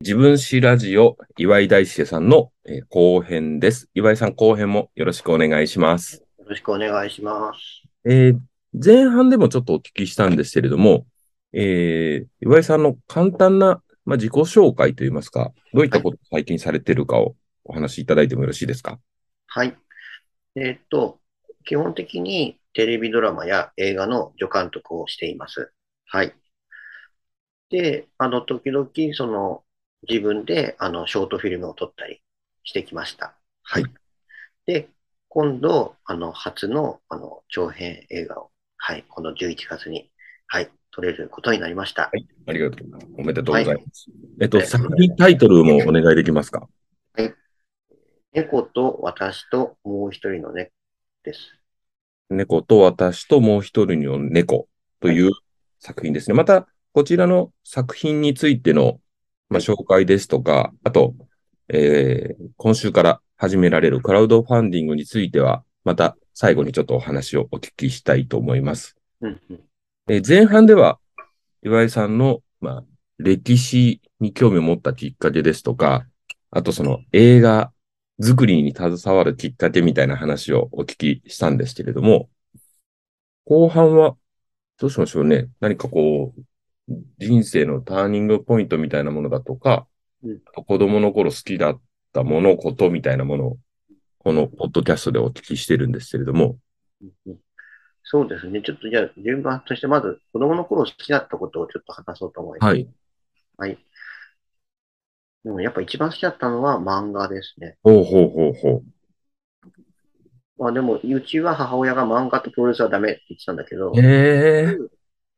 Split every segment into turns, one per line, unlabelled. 自分史ラジオ岩井大輔さんの、えー後編です。岩井さん後編もよろしくお願いします。
よろしくお願いします。
えー前半でもちょっとお聞きしたんですけれども、えー岩井さんの簡単な、まあ、自己紹介といいますか、どういったことを最近されてるかをお話しいただいてもよろしいですか
はい。えーっと、基本的にテレビドラマや映画の助監督をしています。はい。で、あの、時々、その、自分で、あの、ショートフィルムを撮ったりしてきました。はい。で、今度、あの、初の、あの、長編映画を、はい、この11月に、はい、撮れることになりました。
ありがとうございます。おめでとうございます。えっ
あ
と、
りがとう
作
ございます
品タイトルもお願いできますか
猫と私ともう一人の猫です。
猫と私ともう一人の猫という作品ですね。また、こちらの作品についての、まあ、
はい
紹介ですとか、あと、えー今週から始められるクラウドファンディングについては、また最後にちょっとお話をお聞きしたいと思います。
うんうん。
えー前半では、岩井さんの、まあ、歴史に興味を持ったきっかけですとか、あとその映画作りに携わるきっかけみたいな話をお聞きしたんですけれども、後半は、どうしましょうね。何かこう、人生のターニングポイントみたいなものだとか、
うん
あと子供の頃好きだったもの、ことみたいなものを、このポッドキャストでお聞きしてるんですけれども、
そうですね。ちょっとじゃあ、順番として、まず、子供の頃好きだったことをちょっと話そうと思います。
はい。
はい。でも、やっぱ一番好きだったのは漫画ですね。
ほうほうほうほう。
まあでも、うちは母親が漫画とプロレスはダメって言ってたんだけど、
ええ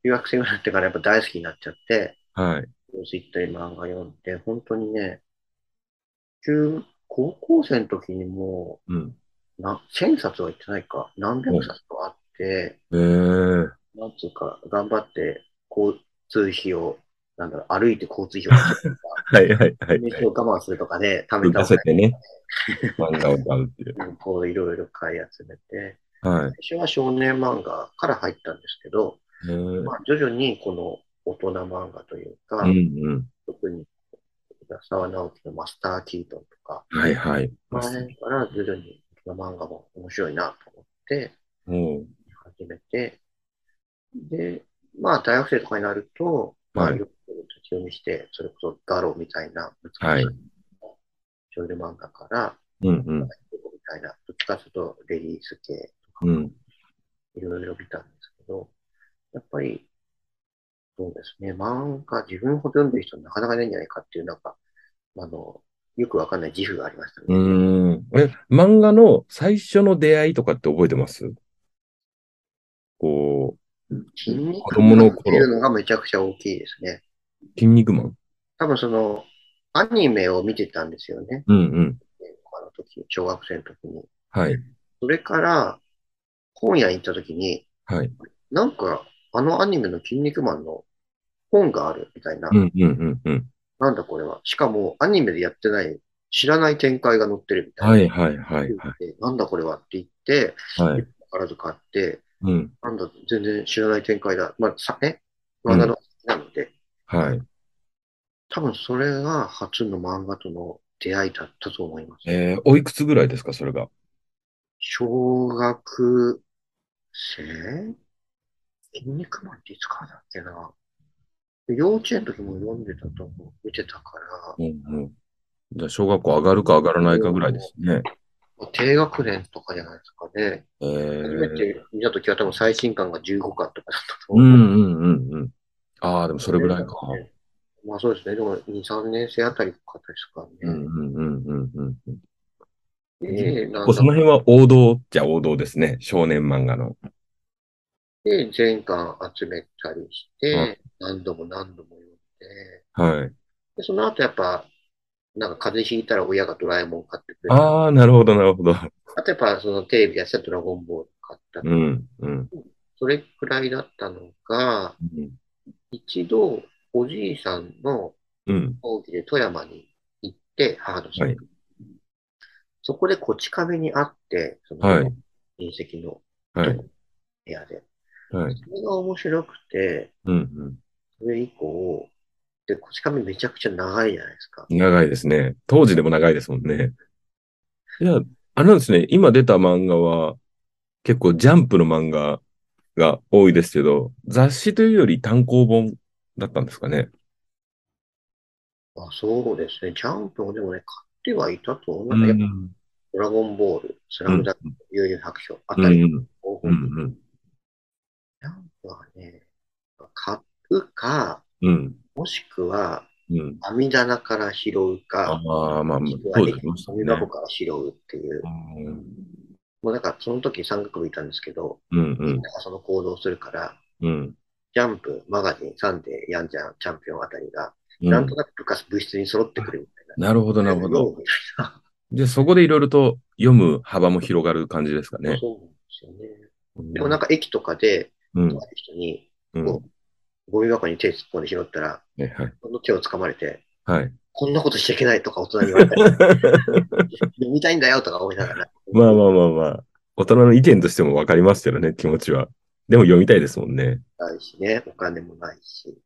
中学生ぐらいになってからやっぱ大好きになっちゃって、
はい。
プロレス行ったり漫画読んで、本当にね、中、高校生の時にも
うん。
う、な、1000冊は行ってないか、何百冊とあって、
ええー。
なんつうか、頑張って交通費を、なんだろう、歩いて交通費を稼ぐとか、
はいはいはい。
飯を我慢するとかで、食べ
打
た
た
お金
せてね、漫画を買うっていう。
をこういろいろ買い集めて、
はい。
最初は少年漫画から入ったんですけど、
えー
まあ、徐々にこの大人漫画というか、
うん
特に沢直樹のマスター・キートンとか、
うん。はいはい。
あの辺から徐々に大人漫画も面白いなと思って
もう、
始めて、で、まあ大学生とかになると、まあ、
はい
よく立ち読みして、それこそガロみたいな、
はい。
少女漫画から、
うんうん。
みたいな、どっちかというとレディース系、
うん。
いろいろ見たんですけど、やっぱり、そうですね、漫画、自分ほど読んでる人なかなかいないんじゃないかっていう、なんか、あの、よくわかんない自負がありましたね。
うーん。え、漫画の最初の出会いとかって覚えてますこ
筋肉
子供の頃
っていうのがめちゃくちゃ大きいですね。
う、筋肉マン
多分その、アニメを見てたんですよね。
うんうん。
あの時、小学生の時に。
はい。
それから、本屋に行った時に、
はい。
なんか、あのアニメの筋肉マンの本があるみたいな
う、んうんうんうん。
なんだこれは。しかも、アニメでやってない、知らない展開が載ってるみたいな。
はいはいはい
言っ
は
てなんだこれはって言って、
い。はい。
宝塚買って、
うん。
なんだ、全然知らない展開だ。まあ、さね、漫画の、なので、
はい。
多分それが初の漫画との出会いだったと思います。
えー、おいくつぐらいですか、それが。
小学生筋肉マンっていつからだっけな。幼稚園の時も読んでたと思う。見てたから、
うんうん。じゃあ、小学校上がるか上がらないかぐらいですね。
まあ低学年とかじゃないですかね。
え
初
ー
め。て見た時は多分最新刊が15巻とかだったと
う
思う。
んうんうんうん。ああ、でもそれぐらいか。
まあそうですね。でも2、3年生あたりとかですか
うん
ね。
うんうんうんうんうん。
で、なん
こうその
だ
辺は王道じゃ王道ですね。少年漫画の。
で、全巻集めたりして、何度も何度も読んで、
はい。
で、その後やっぱ、なんか風邪ひいたら親がドラえもん買ってくれた。
ああ、なるほど、なるほど。
あとやっぱそのテレビでやってたドラゴンボール買った。
うん、うん。
それくらいだったのが、
うん
一度おじいさんの
うん。
講義で富山に行って、母の
はい
そこでこち亀に会って、その
はい
親戚の
はい。
部屋で。
はい。
それが面白くて、
うん、うん。
それ以降、で、こち亀めちゃくちゃ長いじゃないですか。
長いですね。当時でも長いですもんね。いや、あれなんですね。今出た漫画は、結構ジャンプの漫画が多いですけど、雑誌というより単行本だったんですかね。
あ、そうですね。ジャンプもでもね、買ってはいたと思
う
う。やっぱ
ん。
ドラゴンボール、スラムダンク、悠々白書あ
う
たり
ん。
を、
うん。うん。
ジャンプはね、買うか、
うん。
もしくは、
うん。
網棚から拾う
あ
か、
あ、まあ、
もしくは
そう
ね
で、す
ゴミ
ね。
箱から拾うっていう。もうなんか、その時山岳部いたんですけど、
うん。う
み
ん。
んながその行動をするから、
うん。
ジャンプ、マガジン、サンデー、ヤンジャン、チャンピオンあたりが、
うん
なんとなく部活、部室に揃ってくるみたいな。
なるほど、なるほど。
そう
で、そこでいろいろと読む幅も広がる感じですかね。
なんですよね。でもなんか駅とかで、
うん、
とある人に、
うん。
こう、ゴミ箱に手突っ込んで拾ったら、
ねはい。
その手を掴まれて、
はい。
こんなことしちゃいけないとか大人に言われ たり、読みたいんだよとか思いながら。
まあまあまあまあ。大人の意見としてもわかりますけどね、気持ちは。でも読みたいですもんね。
ないしね、お金もないし。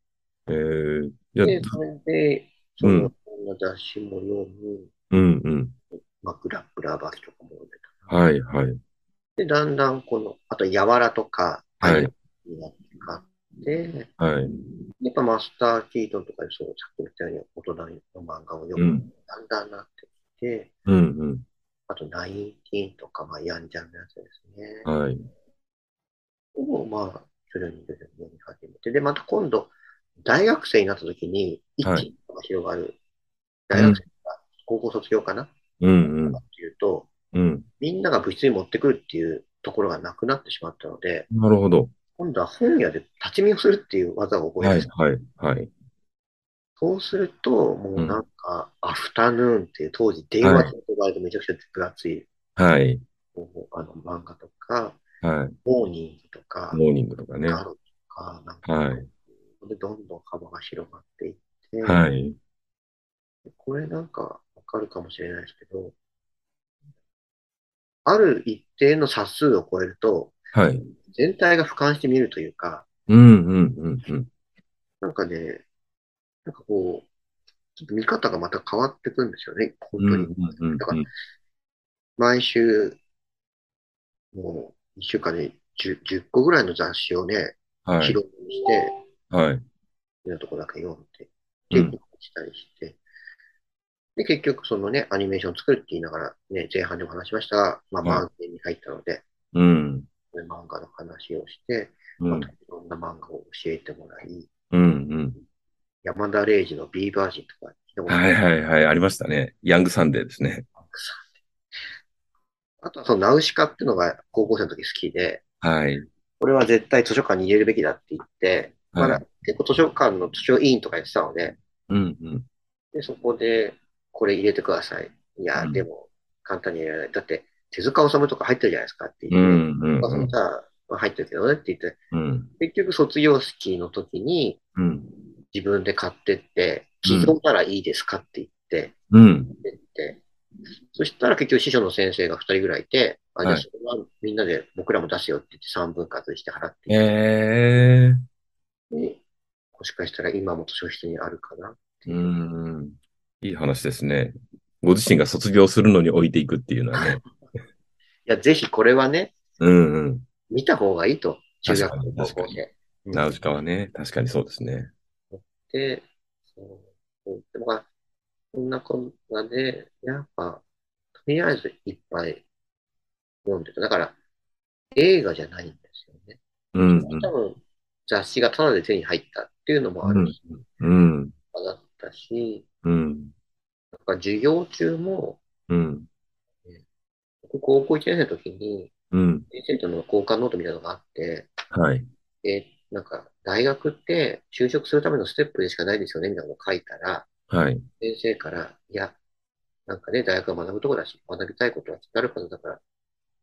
えー、じゃあ
で、それで、そ
うん
の、こんな雑誌も読む、
うんうん。
まあ、グラップラーバキとかも読んで
はいはい。
た。で、だんだんこの、あと、やわらとか、
はい
になって買って、
はい。
やっぱマスター・キートンとかにそう、さっき言ったように大人の漫画を読
う
む、
ん。
だんだんなってきて、
うん
あと、ナインティーンとか、まあ、ヤンジャンのやつですね。
うん。はい。
を、まあ、徐々に徐々に読み始めて、で、また今度、大学生になった時に、一
はい
気に幅が広がる、大学生が高校卒業かな、
うんうん
とかっていうと、
うん。
みんなが部室に持ってくるっていうところがなくなってしまったので、
なるほど。
今度は本屋で立ち見をするっていう技を覚え
は
ま
い
した。
はいはい。
そうすると、もうなんか、アフタヌーンっていう当時、電話で呼ばれてめちゃくちゃ分厚い、
はい
あの漫画とか、
はい。
モーニングとか、
モーニングとかね。
ガロとか、なんか、
はい
でどんどん幅が広がっていって、
はい。
これなんかわかるかもしれないですけど、ある一定の冊数を超えると、
はい。
全体が俯瞰して見るというか、
うんうんうんうん。
なんかね、なんかこう、ちょっと見方がまた変わってくるんですよね、本
う
当
んう
に。
んうん
だから、毎週、もう、一週間で 10, 10個ぐらいの雑誌をね、
うん。は
拾
い。
いにして、
はい。
みんなとこだけ読んで、
う
で、
ん
報告したりして、で、結局、そのね、アニメーション作るって言いながら、ね、前半でも話しましたが、まあ、
はい
漫画に入ったので、
うん。
漫画の話をして、
う
ま
ん
たいろんな漫画を教えてもらい、
うん
山田玲二のビーバー人とか、で
うん。
も
はいはいはい。ありましたね。ヤングサンデーですね。
あとはそのナウシカっていうのが高校生の時好きで、
はい。
これは絶対図書館に入れるべきだって言って、ま
は
だ
い。
結構図書館の図書委員とかやってたので、
うんうん。
で、そこで、これ入れてください。いや、
うん
でも、簡単に入れられない。だって、手塚治虫とか入ってるじゃないですかって
う
言って、
んうん
まあ、そのじゃあ、入ってるけどねって言って、
うん。
結局卒業式の時に
うん。
自分で買ってって、
うん
寄贈ならいいですかって言って、
うん。
言って、そしたら結局師匠の先生が2人ぐらいいて、あ、じゃあ
はい
それはみんなで僕らも出すよって言って3分割して払って、
え
もしかしたら今も図書室にあるかな。
ー。うん。いい話ですね。ご自身が卒業するのに置いていくっていうのはね。
いや、ぜひこれはね、
うんうん。
見た方がいいと、中学
確かに
高
確か
校
に
生。うん
ナウシカはね、確かにそうですね。
で、そう、でもまあ、こんなこんなで、やっぱ、とりあえずいっぱい読んでた。だから、映画じゃないんですよね。
うんうん。
多分、雑誌がタダで手に入ったっていうのもあるし、
うん。
だったし、
うん。
なんか授業中も、
うん。
僕高校1年生の時に、
うん。
先生との交換ノートみたいなのがあって、
はい。
で、なんか、大学って就職するためのステップでしかないんですよね、みたいなのを書いたら、
はい。
先生から、いや、なんかね、大学は学ぶとこだし、学びたいことはきっとあることだから、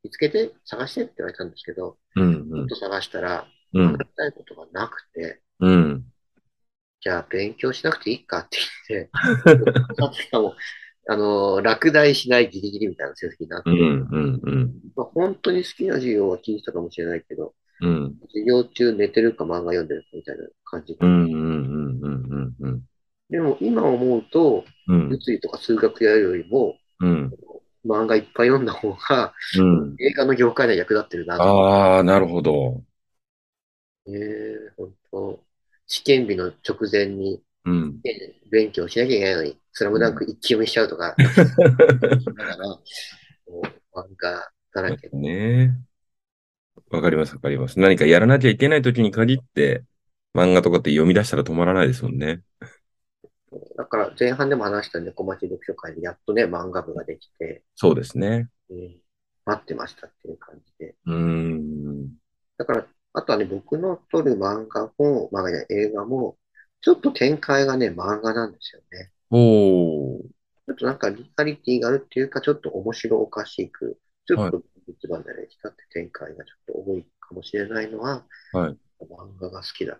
見つけて、探してって言われたんですけど、
うん
ちょっと探したら、
うん。う
学
ん
び。たいことがなくて、
うん。
じゃあ勉強しなくていいかって言って、しかも、あの、落第しないギリギリみたいな成績になって、
うん。うん。うん。
まあ、本当に好きな授業は気にしたかもしれないけど、
うん。
授業中寝てるか漫画読んでるかみたいな感じ
うん。うん。うん。うん。うん。
でも今思うと、
うん。
物理とか数学やるよりも、
うん。
漫画いっぱい読んだ方が、
うん。
映画の業界では役立ってるなと。
ああ、なるほど。
ええ本当。試験日の直前に
うん。
勉強しなきゃいけないのに、スラムダンク一気読みしちゃうとか、だから、もう漫画だらけ。
ねわかります、わかります。何かやらなきゃいけない時に限って、漫画とかって読み出したら止まらないですもんね。
だから前半でも話した猫町読書会でやっとね、漫画部ができて、
そうですね。
うん待ってましたっていう感じで。
うーん。
だから、あとはね、僕の撮る漫画も、漫画や映画も、ちょっと展開がね、漫画なんですよね。
おー。
ちょっとなんかリアリティがあるっていうか、ちょっと面白おかしく、ちょっと物離れしたって展開がちょっと多いかもしれないのは、
はい
漫画が好きだっ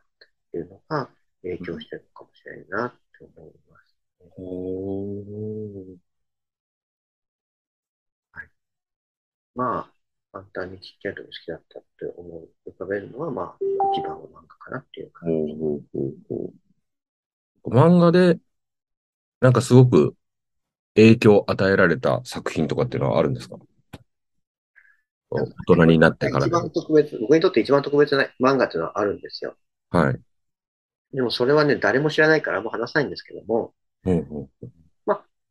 ていうのが影響してるのかもしれないなって思います。
おー。
まあ、簡単にちっちゃい時好きだったって思い浮かべるのは、まあ、一番の漫画かなっていう感
ほう
じ。
ほうほうほう漫画で、なんかすごく影響を与えられた作品とかっていうのはあるんですか大人になってから
一
でも。
番特別、僕にとって一番特別な漫画っていうのはあるんですよ。
はい。
でもそれはね、誰も知らないからあんま話さないんですけども、
ほうほう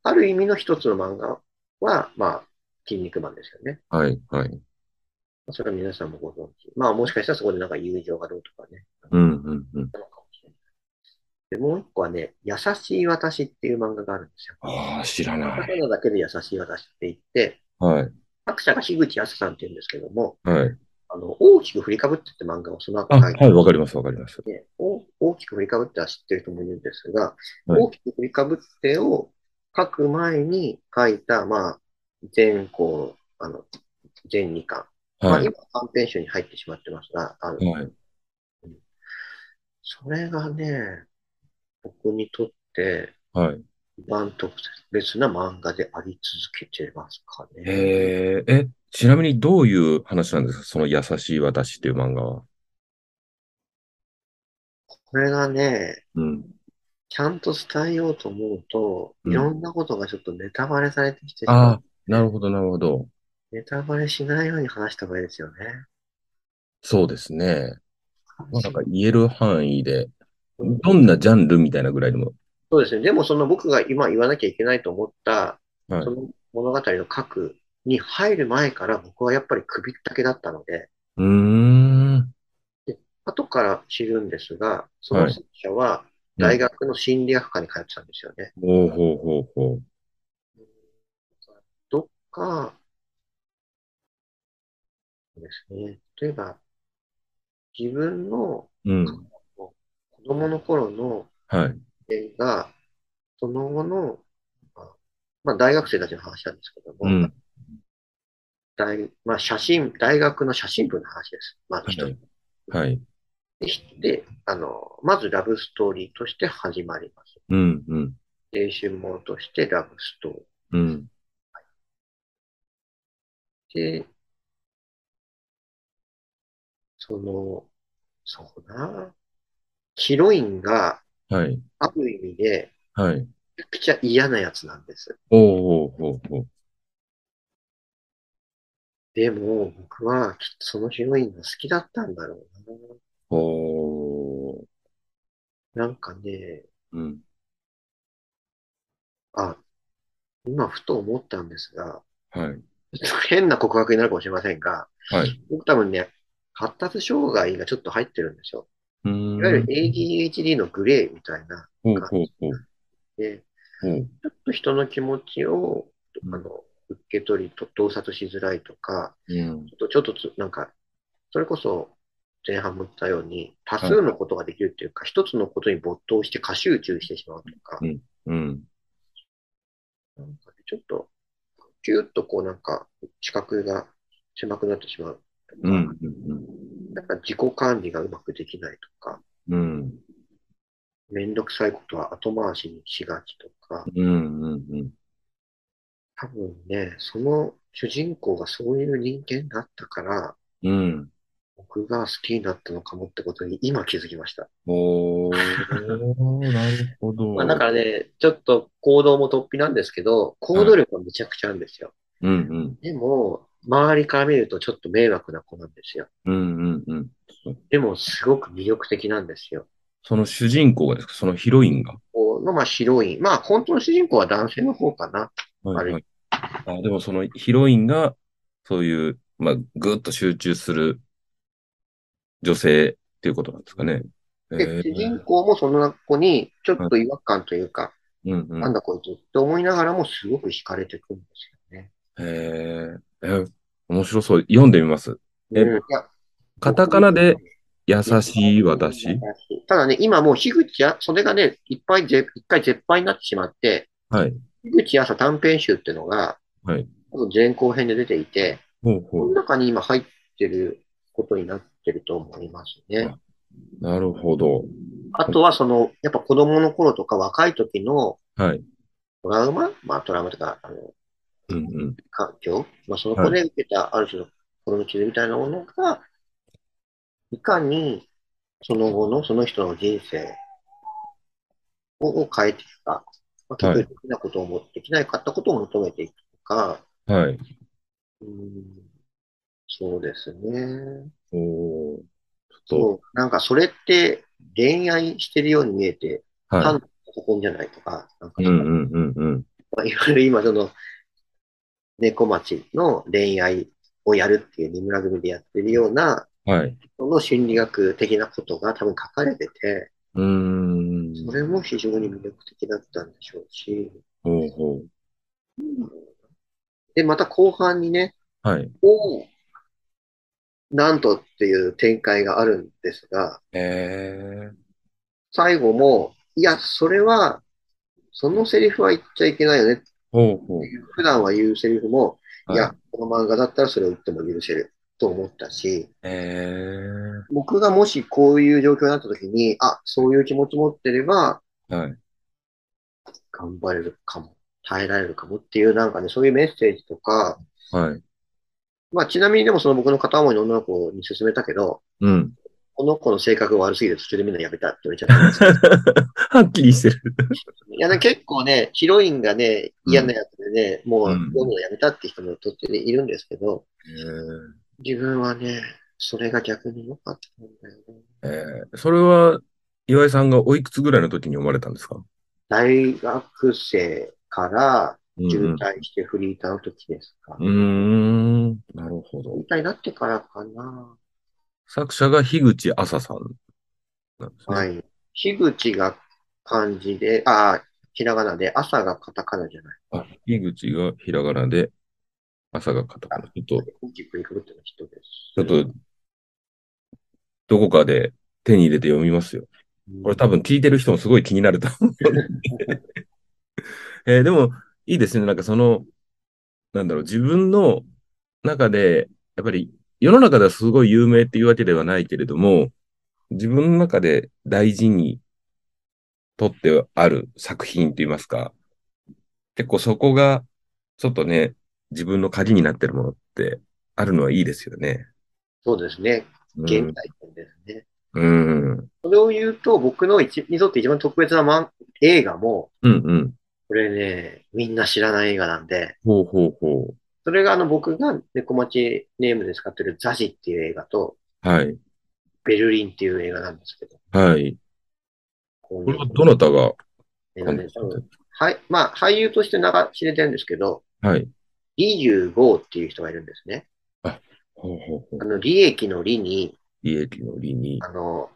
ある意味の一つの漫画は、まあ、筋肉マンですよね。
はい、はい。
それは皆さんもご存知。まあ、もしかしたらそこでなんか友情がどうとかね、
うん、うん、うん。
なのかもしれない。で、もう一個はね、優しい私っていう漫画があるんですよ。
ああ、知ら
カタ
ない。
カナだけで優しい私って言って、
はい、
作者が樋口康さんって言うんですけども、
はい。
あの、大きく振りかぶってって漫画をその後
あ、
書いて
はい、わかります、わかります。
ね、お大きく振りかぶっては知ってる人もいるんですが、
はい
大きく振りかぶってを書く前に書いた、まあ、全項、あの、全2巻。ま
は
あ、
い、
今、短編集に入ってしまってますが、あの
はい。
それがね、僕にとって
はい。
一番特別な漫画であり続けてますかね。
えー、え、ちなみにどういう話なんですかその優しい私っていう漫画は。
これがね、
うん。
ちゃんと伝えようと思うと、
うん
いろんなことがちょっとネタバレされてきてしまう
ああ、なるほど、なるほど。
ネタバレしないように話した方がいいですよね。
そうですね。まあ、なんか言える範囲で、どんなジャンルみたいなぐらいでも。
そうですね。でもその僕が今言わなきゃいけないと思った、
はい
そ。の物語の核に入る前から僕はやっぱり首ったけだったので、
うーん。
後から知るんですが、その作者は大学の心理学科に通ってたんですよね。
ほうほうほうほ
どっか、そうですね。例えば、自分の
う。うん。
子供の頃の
はい。
映画が、その後の、まあまあ大学生たちの話なんですけども、
うん。
大、まあ、写真、大学の写真部の話です。まず一
は
つ
い。はい。
で、あの、まずラブストーリーとして始まります。
うん、うん、
青春ものとしてラブストー
うん。
リーで、その、そうな、ヒロインが
はい。
ある意味で、
はい。
めちゃくちゃ嫌なやつなんです。
ほうほうほうほう。
でも、僕はきっとそのヒロインが好きだったんだろう
ほ
な。なんかね、
う。うん。
あ、今ふと思ったんですが、
はい。
変な告白になるかもしれませんが、
はい。
僕多分ね、発達障害がちょっと入ってるんですよ。
う
い
ー
わゆる
ん。
ADHD のグレーみたいな、
ほうほうほう。
で、
ほう。
ちょっと人の気持ちを、
うん
あの、受け取りと、洞察しづらいとか、
うん。
ちょっと、ちょっとつなんか、それこそ前半も言ったように、多数のことができるっていうか、一つのことに没頭して過集中してしまうとか、
うん。
なんかねちょっと、キューッとこうなんか、視覚が狭くなってしまうとか、
うん。
なんか自己管理がうまくできないとか、
うん。
めんどくさいことは後回しにしがちとか、
うん。うん。うん。
多分ね、その主人公がそういう人間だったから、
うん。
僕が好きだったのかもってことに今気づきました。
おー、なるほど。
まあ、だからね、ちょっと行動も突飛なんですけど、行動力はめちゃくちゃあるんですよ。
うん
でも、周りから見るとちょっと迷惑な子なんですよ。
うん。うんうんうん。
でも、すごく魅力的なんですよ。
その主人公がですかそのヒロインが。
この、まあ、ヒロイン。まあ、本当の主人公は男性の方かな。
はいはい。あ、でもそのヒロインが、そういう、まあ、ぐっと集中する女性っていうことなんですかね。え
で、主人
ー、
公もその子に、ちょっと違和感というか、
うんう
なん
ん。
だこいつって思いながらも、すごく惹かれてくるんですよね。
えー、えー面白そう。読んでみます。え
うんいや
カタカナで、優しい私。
ただね、今もう樋口や、それがね、いっぱいぜ、一回絶版になってしまって、
はい。
樋口やさ短編集っていうのが、
はい
多分前後編で出ていて、
ほう
こ
ほ
の
う。
中に今入ってることになってると思いますね。
なるほど。
あとは、その、やっぱ子供の頃とか若い時の
はい。
トラウマまあトラウマとか、あの、
うんうん。
環境まあその子で受けたある種の心の傷みたいなものが、いかにその後のその人の人生をを変えていくか、まあ、
はい
結局できないことをもできなかったことを求めていくとか、
はい。
うん、そうですね。
おーちょっ
そう、なんかそれって恋愛してるように見えて、
と、はい
単。パソコンじゃないとか、なんか
う
そ
ん
の、
うんうんうん。
まあいわゆる今その、猫町の恋愛をやるっていう二村組でやってるような、
はい。
その心理学的なことが多分書かれてて、
うーん。
それも非常に魅力的だったんでしょうし、
ほうほ
で、また後半にね、
う。はい。
おうなんとっていう展開があるんですが、
えー。
最後も、いや、それは、そのセリフは言っちゃいけないよねって
ほうほう。
いう、普段は言うセリフも、い
は
や、この漫画だったらそれを言っても許せると思ったし、
えー。
僕がもしこういう状況になった時に、あ、そういう気持ち持ってれば、
はい。
頑張れるかも、耐えられるかもっていう、なんかね、そういうメッセージとか、
はい。
まあ、ちなみにでもその僕の片思いの女の子に勧めたけど、
うん。
この子の性格悪すぎて途中でみんなやめたって言われちゃったんですよ。
はっきりしてる。
いやね、結構ね、ヒロインがね、嫌なやつでね、もう
うん
読むのやめたって人も途中でいるんですけど、自分はね、それが逆に良かったんだよね。
えー、それは、岩井さんがおいくつぐらいの時に読まれたんですか
大学生から
うん
渋滞してフリーターの時ですか。
うん。うーん。なるほど
み。たいになってからかな。
作者が樋口朝さんなんですね。
はい。樋口が漢字で、ああ、ひらがなで、朝がカタカナじゃない。
あ、樋口がひらがなで、朝がカタカナ。ちょっと、
大きくいくっての人です。
ちょっと、どこかで手に入れて読みますよ。これ多分聞いてる人もすごい気になると思う ので。えーでも、いいですね。なんかその、なんだろう、自分の中で、やっぱり世の中ではすごい有名っていうわけではないけれども、自分の中で大事にとってある作品といいますか、結構そこが、ちょっとね、自分の鍵になってるものってあるのはいいですよね。
そうですね。
うん
現代文ですね。
うん。うん
それを言うと、僕の一にとって一番特別な漫映画も、
うん。
これね、みんな知らない映画なんで、
ほうほうほ
それがあの僕が猫町ネームで使ってるザジっていう映画と、
う。はい。
ベルリンっていう映画なんですけど、
はい。
こ
これはどなたが
えっとね多分はい、まあ、俳優として名が知れてるんですけど、
はい。
リユーゴーっていう人がいるんですね。
ほうほうほ
あ
う。
の、利益の利に、
利益の利に。
あの、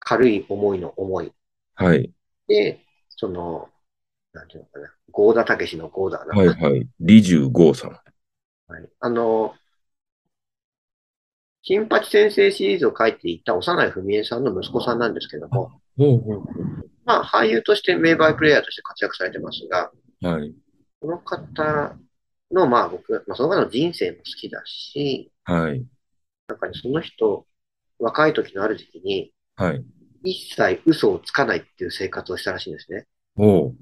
軽い思いの思い。
はい。
で、その、なんていうのかな、ゴーダたけしのゴーダな、
はいはい。利十五さん。
はいあの、金八先生シリーズを書いていた幼い文江さんの息子さんなんですけども、
ほうほう
まあ、俳優として名バイプレイヤーとして活躍されてますが、
はい。
この方の、まあ僕、まあ、その方の人生も好きだし、
はい。
なんかね、その人、若い時のある時期に、
はい。
一切嘘をつかないっていう生活をしたらしいんですね。
ほ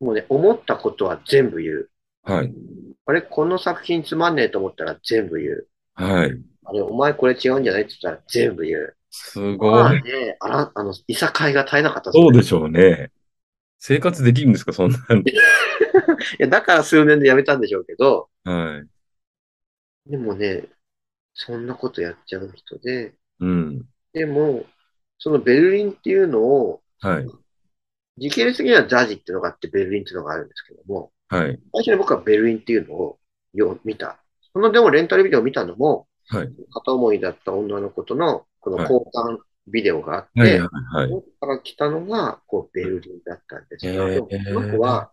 もうね、思ったことは全部言う。
う。はい。
あれ、この作品つまんねえと思ったら全部言う。
はい。
あでお前これ違うんじゃないって言ったら全部言う。
す
ま
ご
あ
い。
ね、あら、あの、いさかいが絶えなかった
そうで
ょ。
しょうね。生活できるんですか、そんなの。
いや、だから数年でやめたんでしょうけど、
はい。
でもね、そんなことやっちゃう人で、
うん。
でも、そのベルリンっていうのを、
はい。
時系列的にはザジっていうのがあって、ベルリンっていうのがあるんですけども、
はい。
最初に僕はベルリンっていうのをよ見た。そのでもレンタルビデオを見たのも、
はい
片思いだった女の子とのこの
はい
交換ビデオがあって、
はい。はい。はい
そこから来たのがこうベルリンだったんですが、
へ
でも
ー
この子は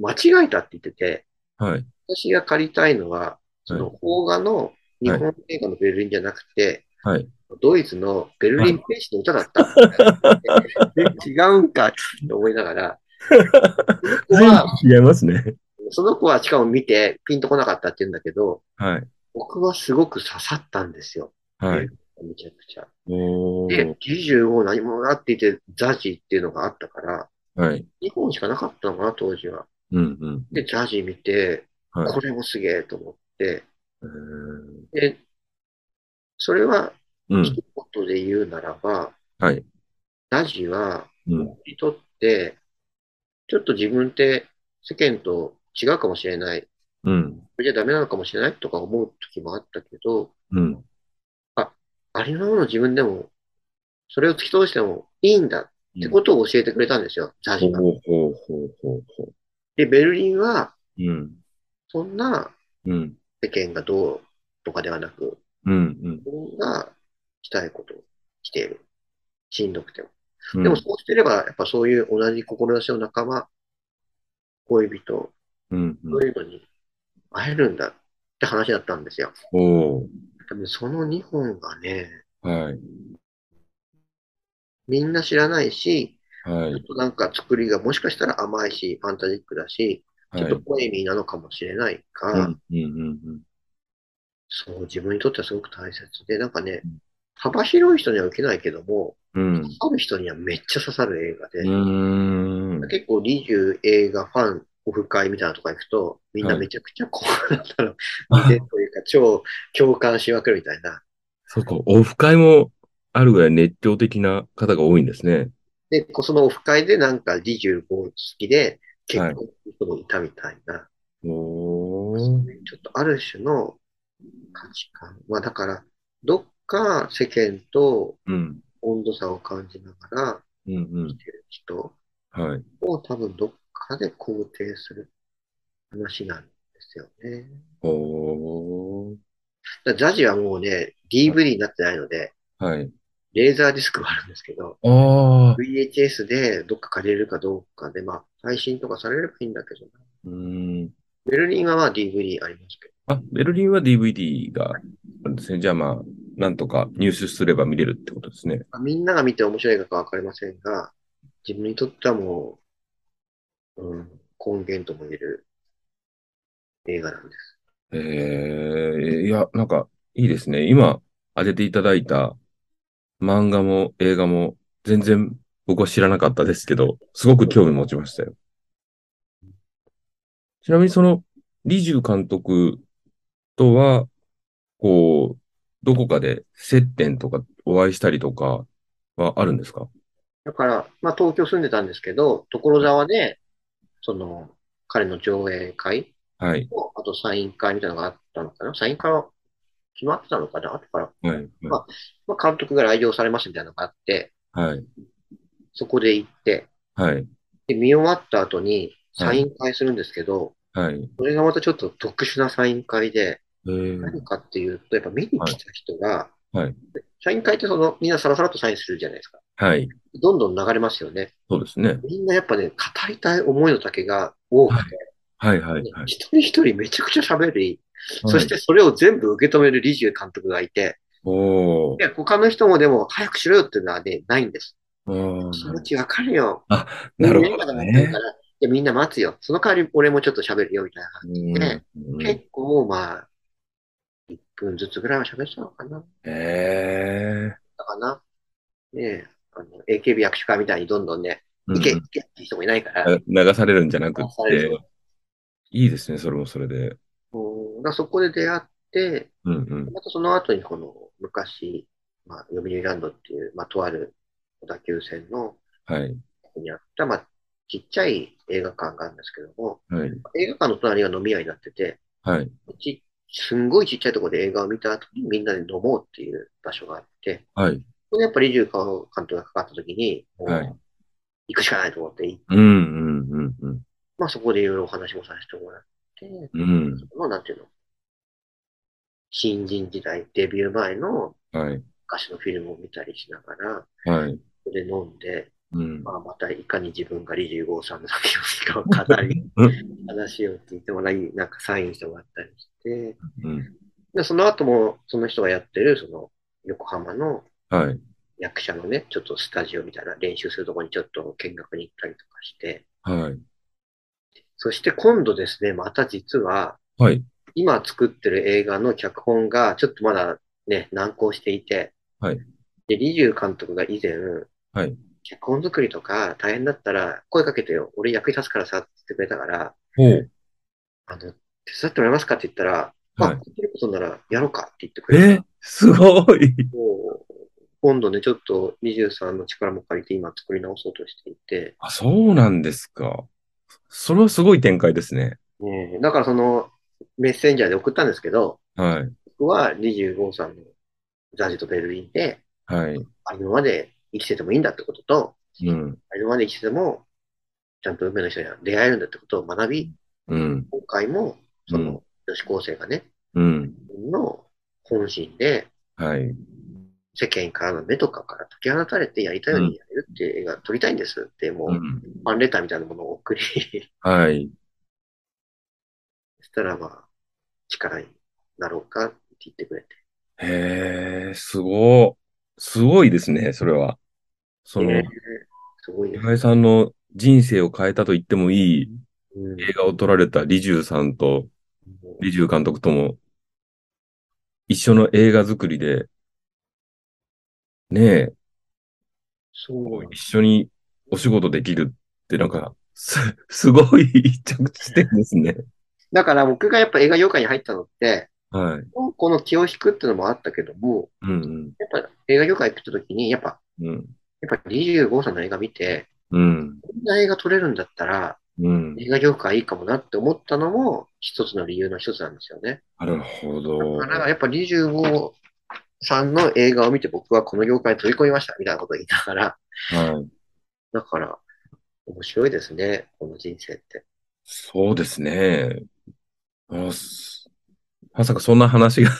間違えたって言ってて、
はい。
私が借りたいのは、その邦画の日本映画のベルリンじゃなくて、
はい。
ドイツのベルリンペイシの歌だ った。違うんかって思いな がら、その子は
全部違いますね。
その子はしかも見てピンとこなかったって言うんだけど、
はい。
僕はすごく刺さったんですよ。
はい。
めちゃくちゃ。
お
で
ー。、
25何もなっていて、ザジっていうのがあったから、
はい。
日本しかなかったのかな、当時は。
うんうん。
で、ザジ見て、
はい
これもすげえと思って、
えー
で、それは
うん
一。言で言うならば、
はい。
ザジは、
うん。
にとって、ちょっと自分って世間と違うかもしれない、こ
うん。
れじゃダメなのかもしれないとか思う時もあったけど、
うん。
ありのままの自分でも、それを突き通してもいいんだってことを教えてくれたんですよ、ザ
ほ
ジ
う
が。
ほうほうほうほ
で、ベルリンは、
う。うん。
そんな
うん。
世間がどうとかではなく、
うん。
自分がしたいことをしている。しんどくても。
うん。
でもそうしてれば、やっぱそういう同じ志の仲間、恋人、
うん。
そういうのに会えるんだって話だったんですよ。
おー。
でもその2本がね、
はい。
みんな知らないし、
は
ちょっ
い。
となんか作りがもしかしたら甘いし、ファンタジックだし、ちょっ
は
と
い。
ポエミーなのかもしれないが、
うん。うん。うん。
そう、自分にとってはすごく大切で、なんかね
うん、
幅広い人には受けないけども、
うん。
刺さる人にはめっちゃ刺さる映画で、
うん。
結構20映画ファンオフ会みたいなとか行くと、みんなめちゃくちゃこう、なんだ ろう、似てるというか、超共感しまくるみたいな。
そうか、オフ会もあるぐらい熱狂的な方が多いんですね。
で、こうそのオフ会でなんか25好きで結婚する人もいたみたいな、
お
そういうちょっとある種の価値観。まあだから、どっか世間と
うん。
温度差を感じながら
うんうん
生きてる人
はい。
を多分どっかで肯定する話なんですよね。
おー。
だからザジはもうね、DVD になってないので、
はい。
レーザーディスクはあるんですけど、
ああ。
VHS でどっか借りれるかどうかで、まあ、配信とかされればいいんだけどな、
うん。
ベルリンはまあ DVD ありますけど、
あ、ベルリンは DVD があるんですね。じゃあまあ、なんとか入手すれば見れるってことですね。
まあみんなが見て面白いかはわかりませんが、自分にとってはもう、うん、根源とも言える映画なんです。
ええいや、なんか、いいですね。今、当てていただいた漫画も映画も全然僕は知らなかったですけど、すごく興味持ちましたよ。ちなみにその、リジュ監督とは、こう、どこかで接点とかお会いしたりとかはあるんですか
だから、まあ東京住んでたんですけど、所沢で、その、彼の上映会
はい。
と、あとサイン会みたいなのがあったのかなサイン会は決まってたのかな後から、
はい。
ままあ、監督が来場されますみたいなのがあって、
はい。
そこで行って、
はい。
で、見終わった後に
は
サ
い
イン会するんですけど、
はい。
それがまたちょっと特殊なサイン会で、
えー
何かっていうと、やっぱ見に来た人が、
はいはい
サイン会ってその、みんなサラサラとサインするじゃないですか。
はい。
どんどん流れますよね。
そうですね。
みんなやっぱね、語りたい思いの丈が多くて、
はい。はい。はい。
一人一人めちゃくちゃ喋り、そしてそれを全部受け止めるリジュー監督がいて、
お
いや、他の人もでも早くしろよっていうのはね、ないんです。
お。
気持ちわかるよ。
なるほ
みん
ど
なが待って
ね
るか。ら、いやみんな待つよ。その代わり俺もちょっと喋るよみたいな感じで、
うん
結構まあ、1分ずつぐらいは喋ってたのかな。
へえ。
だかな。ねえ、あの、AKB 握手会みたいにどんどんね、いけ、いけって人もいないから、
うん流されるんじゃなくっ
流され
て
る、
いいですね、それもそれで。
うんだからそこで出会って、
うんうん。
またその後にこの昔、まあ、読売ランドっていう、まあ、とある小田急線の
はい。
ここにあった、まあ、ちっちゃい映画館があるんですけども、
はい。
映画館の隣が飲み屋になってて、
はい。
ちすんごいちっちゃいところで映画を見た後にみんなで飲もうっていう場所があって、
はい。
そこでやっぱり20監督がかかった時に、もう
はい
行くしかないと思って、
うんうんうんうん。
まあそこでいろいろお話もさせてもらって、
うん。
その、なんていうの、新人時代、デビュー前の
はい。
昔のフィルムを見たりしながら、
はい。
それで飲んで、
うん。
まあ、またいかに自分がリジーゴーさんの作品を語り
うん、
話を聞いてもらい、なんかサインしてもらったりして、
うん。
でその後もその人がやってる、その横浜の
はい。
役者のね、ちょっとスタジオみたいな練習するところにちょっと見学に行ったりとかして、
はい。
そして今度ですね、また実は、
はい。
今作ってる映画の脚本がちょっとまだね、難航していて、
はい
で、リジュー監督が以前、
はい
脚本作りとか大変だったら声かけてよ、俺役に立つからさって言ってくれたから、
ほう。
あの、手伝ってもらえますかって言ったら、
は
あ、
い。
できることならやろうかって言ってくれ
え
た。
すごい。
もう今度ね、ちょっとリジューさんの力も借りて今作り直そうとしていて、
あ、そうなんですか。それはすごい展開ですね。
ねえだからそのメッセンジャーで送ったんですけど、
はい。
僕は25さんのザジとベルリンで、
はい。
ありのままで生きててもいいんだってことと、
うん。
ありのままで生きてても、ちゃんと運命の人には出会えるんだってことを学び、
うん。
今回も、その、
うん
女子高生がね、
うん。
自分の本心で、
はい。
世間からの目とかから解き放たれてやりたいようにやるっていう映画撮りたいんですって、もう、
うん。
ファンレターみたいなものを送り、
はい。
そしたらまあ、力になろうかって言ってくれて。
へえ、すごい。すごいですね、それは。その
ね、すごいね。
岩井さんの人生を変えたと言ってもいい
うん
映画を撮られたリジューさんとリジュー監督とも一緒の映画作りで、ねえ、
そうなんで
一緒にお仕事できるってなんか、す、 すごい一着地点ですね。
すだから僕がやっぱ映画業界に入ったのって、
はい。
この気を引くっていうのもあったけども、
うん
やっぱ映画業界行った時に、やっぱ、
うん。うん。
やっぱ25さんの映画見て、
うん。
こんな映画撮れるんだったら、
うん。
映画業界いいかもなって思ったのも、一つの理由の一つなんですよね。
なるほ
だ
ど。
からやっぱ25さんの映画を見て僕はこの業界に飛び込みましたみたいなことを言いながら、
はい。
だから、面白いですね、この人生って。
そうですね。あ、すまさかそんな話が。
い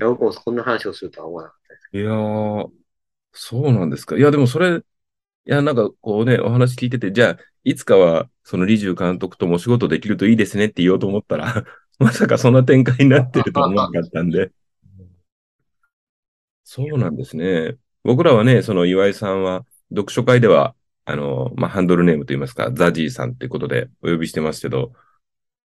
や僕もこんな話をするとは思わなかったです。
いやー、そうなんですか。いや、でもそれ、いや、なんかこうね、お話聞いてて、じゃあ、いつかは、そのリジュー監督ともお仕事できるといいですねって言おうと思ったら、 まさかそんな展開になってるとは思わなかったんで。そうなんですね。僕らはね、その岩井さんは、読書会では、あの、まあ、ハンドルネームといいますか、ザジーさんってことでお呼びしてますけど、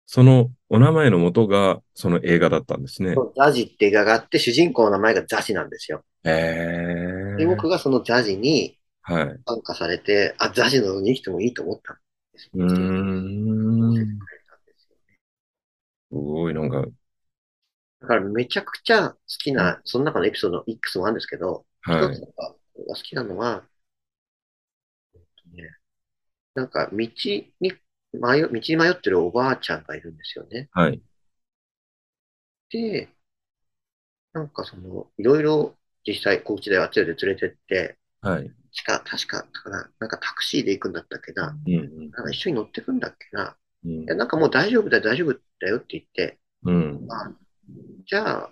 そのお名前の元が、その映画だったんですね。
ザジって映画があって、主人公の名前がザジなんですよ。
へ
で、
ー。
僕がそのザジに
はい。
感化されて、あ、ザジのように生きてもいいと思ったんです。
うーん。すごい、なんか、
だからめちゃくちゃ好きな、その中のエピソードのいくつもあるんですけど、一
は
つ
い。
が僕が好きなのは、えっとねなんか道に迷、道に迷ってるおばあちゃんがいるんですよね。
はい。
で、なんかその、いろいろ実際、高知であっちで連れてって、
はい。
確か、確か、だからなんかタクシーで行くんだったっけな。
うん。
なんか一緒に乗ってくんだっけな。
うん
いや、なんかもう大丈夫だよ、大丈夫だよって言って、
うん。
まあ、じゃあ、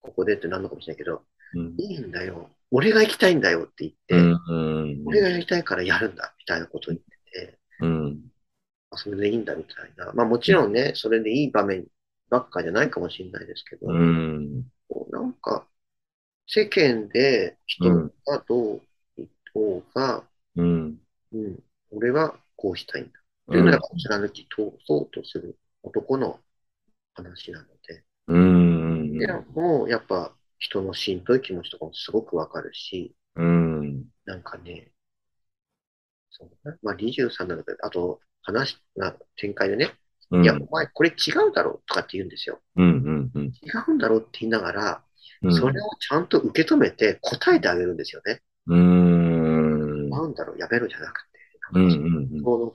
ここでってなんのかもしれないけど、
うん。
いいんだよ。俺が行きたいんだよって
う
言って、
ん。うん。
俺がやりたいからやるんだ、みたいなことを言ってて、
うん。
あそれでいいんだ、みたいな。まあもちろんね、それでいい場面ばっかじゃないかもしれないですけど、
うん。
こうなんか、世間で人がどう言おうが、
うん。
うん、俺はこうしたいんだ。っていううの
ん
が貫き通そうとする男の話なので、
うん。
でもうやっぱ人のしんどい気持ちとかもすごくわかるし、
うん。
なんかね、そうねまあ、23なんだけど、あと話が展開でね、
うん
いや、お前、これ違うだろうとかって言うんですよ。
うんうん
違うんだろうって言いながら、
うん。
それをちゃんと受け止めて答えてあげるんですよね。
うーん。
なんだろう、やめろじゃなくて。
うんうん
この、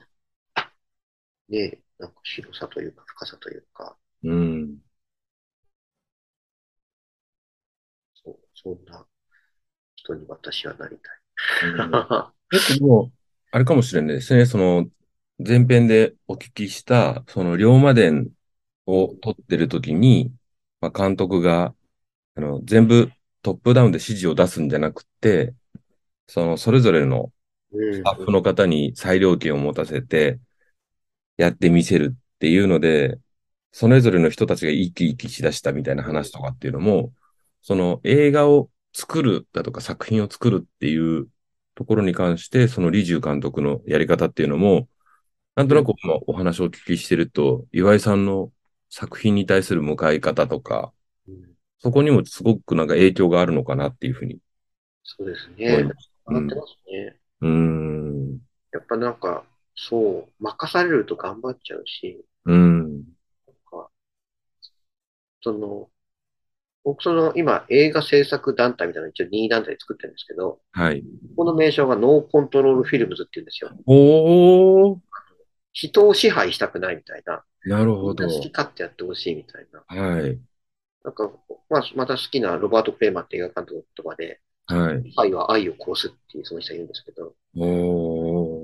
ね、なんか広さというか深さというか、
うん。うん。
そうそんな人に私はなり
うん
た
結構、あれかもしれないですね。その、前編でお聞きした、その、龍馬伝を撮ってる時に、まあ、監督が、あの、全部トップダウンで指示を出すんじゃなくて、その、それぞれの
い。うん
スタッフの方に裁量権を持たせて、やってみせるっていうので、それぞれの人たちが生き生きしだしたみたいな話とかっていうのも、その映画を作るだとか作品を作るっていうところに関して、その李重監督のやり方っていうのも、なんとなく今お話をお聞きしてると、岩井さんの作品に対する向かい方とか、
うん
そこにもすごくなんか影響があるのかなっていうふうに
そうです
思い
ね
ま。す。う
なっ
ん
てますね。
うーん。
やっぱなんか、そう、任されると頑張っちゃうし、
うん。
その、僕その今映画制作団体みたいなの一応任意団体で作ってるんですけど、
はい。
この名称がノーコントロールフィルムズっていうんですよ。
おお、
人を支配したくないみたいな。
なる
み
ほ
ん
ど
な。好き勝手やってほしいみたいな。
はい。
なんか、まあ、また好きなロバート・クレーマーって映画監督とかで、
はい。
愛は愛を殺すっていうその人が言うんですけど、
お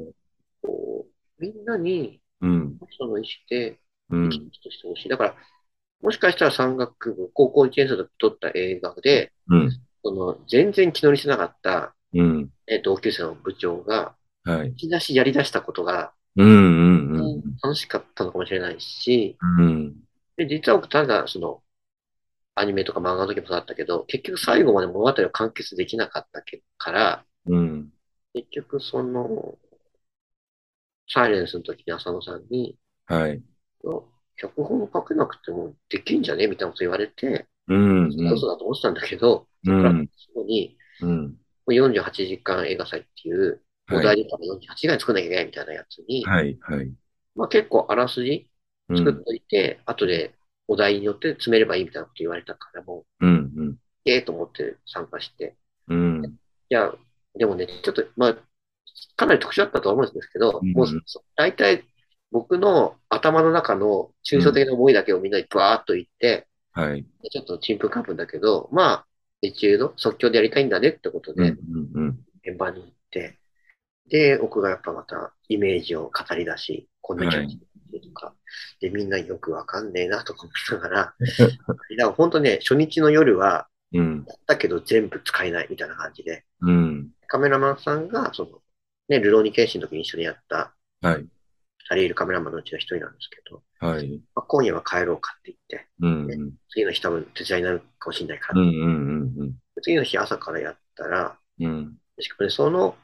お。
こう、みんなに
うん。
その意識で
う
生
ん
き。生きとしてほしい。だから、もしかしたら山岳部、高校1年生で撮った映画で、
うん。
その全然気乗りしてなかった、
うん。
えー同級生の部長が、
はい。
引き出しやり出したことが
うん。うん。うん。
楽しかったのかもしれないし、
うん。
で、実は僕ただ、その、アニメとか漫画の時もそうだったけど、結局最後まで物語を完結できなかったけから、
うん。
結局その、サイレンスの時に浅野さんに、
はい。
脚本を書けなくてもできんじゃねみたいなこと言われて、
うん。うん。
嘘だと思ってたんだけど、
う
そこ
ん。
に、
うん。
もう48時間映画祭っていう、お
は
題
い。
でから48時間作んなきゃいけないみたいなやつに、
はい。はい。
まあ結構あらすじ
う
作っ
ん。
といて、後でお題によって詰めればいいみたいなこと言われたから、もう、
うん。うん。
ええと思って参加して、
うん。
いや、でもね、ちょっと、まあ、かなり特殊だったとは思うんですけど、
うん
もうそ大体僕の頭の中の抽象的な思いだけをみんなにバーっと言って、
はい。
ちょっとちんぷんかんぷんだけど、まあ、エチュード、即興でやりたいんだねってこと
うん。う
で、
ん。うん。
現場に行って、で、僕がやっぱまたイメージを語り出し、こんな気持ちでとか、で、みんなよくわかんねえなとか思い ながら、だから本当ね、初日の夜は、
うん。
やったけど全部使えないみたいな感じで、
うん。
カメラマンさんが、その、ね、ルローニケンシンの時に一緒にやった、
はい。
ありいるカメラマンのうちの一人なんですけど、
はい。
まあ、今夜は帰ろうかって言って、
うん。うん。
次の日多分手伝いになるかもしれないか
う
ら、
ん。うん。
次の日朝からやったら、
うん。
しかもね、その、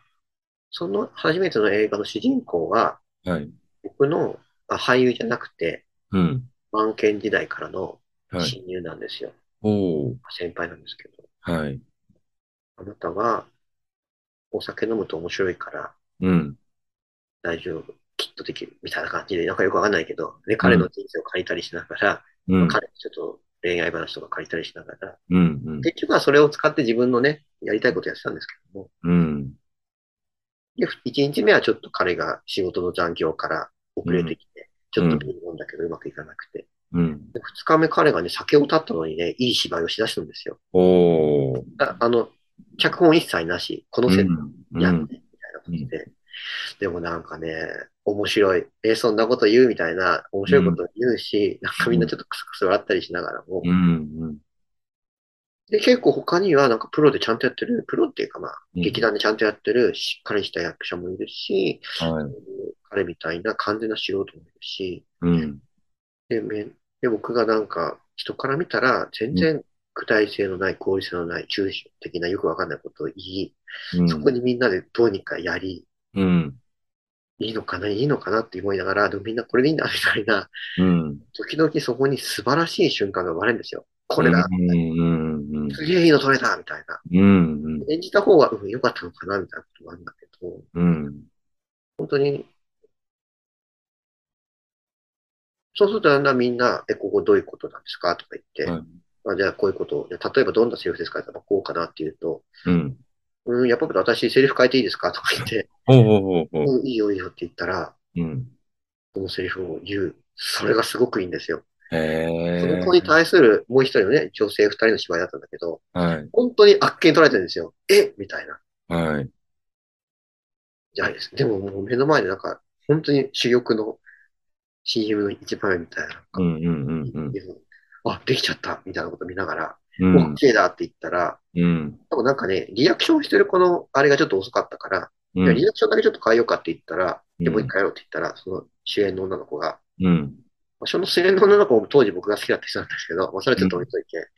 その初めての映画の主人公は、
はい。
僕のあ俳優じゃなくて、
うん。
満研時代からの
はい。
親友なんですよ。
おお。
先輩なんですけど、
はい。
あなたはお酒飲むと面白いから
うん。
大丈夫、きっとできるみたいな感じで、なんかよくわかんないけど、で彼の人生を借りたりしながら、
うん。
彼のちょっと恋愛話とか借りたりしながら、
うん。うん。
結局はそれを使って自分のね、やりたいことやってたんですけども、
うん。
で、1日目はちょっと彼が仕事の残業から遅れてきて、ち
うん
ょっとビール飲んだけどうまくいかなくて、
うん。
で2日目彼がね、酒を断ったのにね、いい芝居をしだすんですよ。
おお。
ああの、脚本一切なし、このセッ
う
トやって、
ん
みたいな感じで。でもなんかね、面白い。え、そんなこと言うみたいな、面白いこと言うし、なんかみんなちょっとクスクス笑ったりしながらも。
うん。
で、結構他にはなんかプロでちゃんとやってる、プロっていうかまあ、
うん
劇団でちゃんとやってる、しっかりした役者もいるし、
はい。
彼みたいな完全な素人もいるし、
うん。
で、めで僕がなんか、人から見たら、全然具体性のない、合理性のない、抽象的な、よくわかんないことを言い、
うん
そこにみんなでどうにかやり、
うん。
いいのかな、いいのかなって思いながら、でもみんなこれでいいんだ、みたいな、
うん。
時々そこに素晴らしい瞬間が生まれるんですよ。これだ
う、ん。うん。
すげえいいの撮れた、みたいな。
うん。
演じた方が、うん、良かったのかな、みたいなこともあるんだけど、
うん。
本当に、そうするとだんだんみんな、え、ここどういうことなんですかとか言
は
っ
い
て、あじゃあこういうこと、で例えばどんなセリフですかやっぱこうかなっていうと、
うん。
うん、やっぱ私セリフ変えていいですかとか言って、
ほうほうほうほう。
うん、いいよいいよって言ったら、
うん。
そのセリフを言う。それがすごくいいんですよ。
へえ。
その子に対するもう一人のね、女性二人の芝居だったんだけど、
はい。
本当にあっけに取られてるんですよ。えみたいな。
はい。
じゃないです。でももう目の前でなんか、本当に主力の CM の一番目みたいな。
うんうんうんうん
あ、できちゃったみたいなこと見ながら、
う。
もうん OK だって言ったら、
うん。
多分なんかね、リアクションしてるこの、あれがちょっと遅かったから、
う
いや
ん。
リアクションだけちょっと変えようかって言ったら、でもう
う
一
ん
回やろうって言ったら、その主演の女の子が、
うん。うん。
まあその主演の女の子も当時僕が好きだった人なんですけど、まあ、それはちょっと置いといて、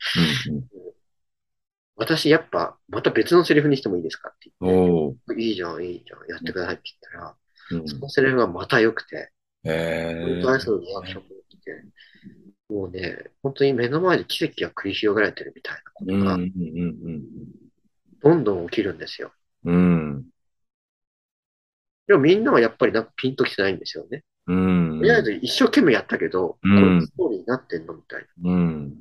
私やっぱまた別のセリフにしてもいいですかって言って、
おー
いいじゃん、いいじゃん、やってくださいって言ったら、
うん
そのセリフがまた良くて、
へ
それに
え。
対するリアクションも良くて、もうね、本当に目の前で奇跡が繰り広げられてるみたいなこ
う
と
んう
が、
ん
どんどん起きるんですよ。
うんうん。
でもみんなはやっぱりなんかピンときてないんですよね。
うん。うん
とりあえず一生懸命やったけど、
うん
これストーリーになってんのみたいな。
うん。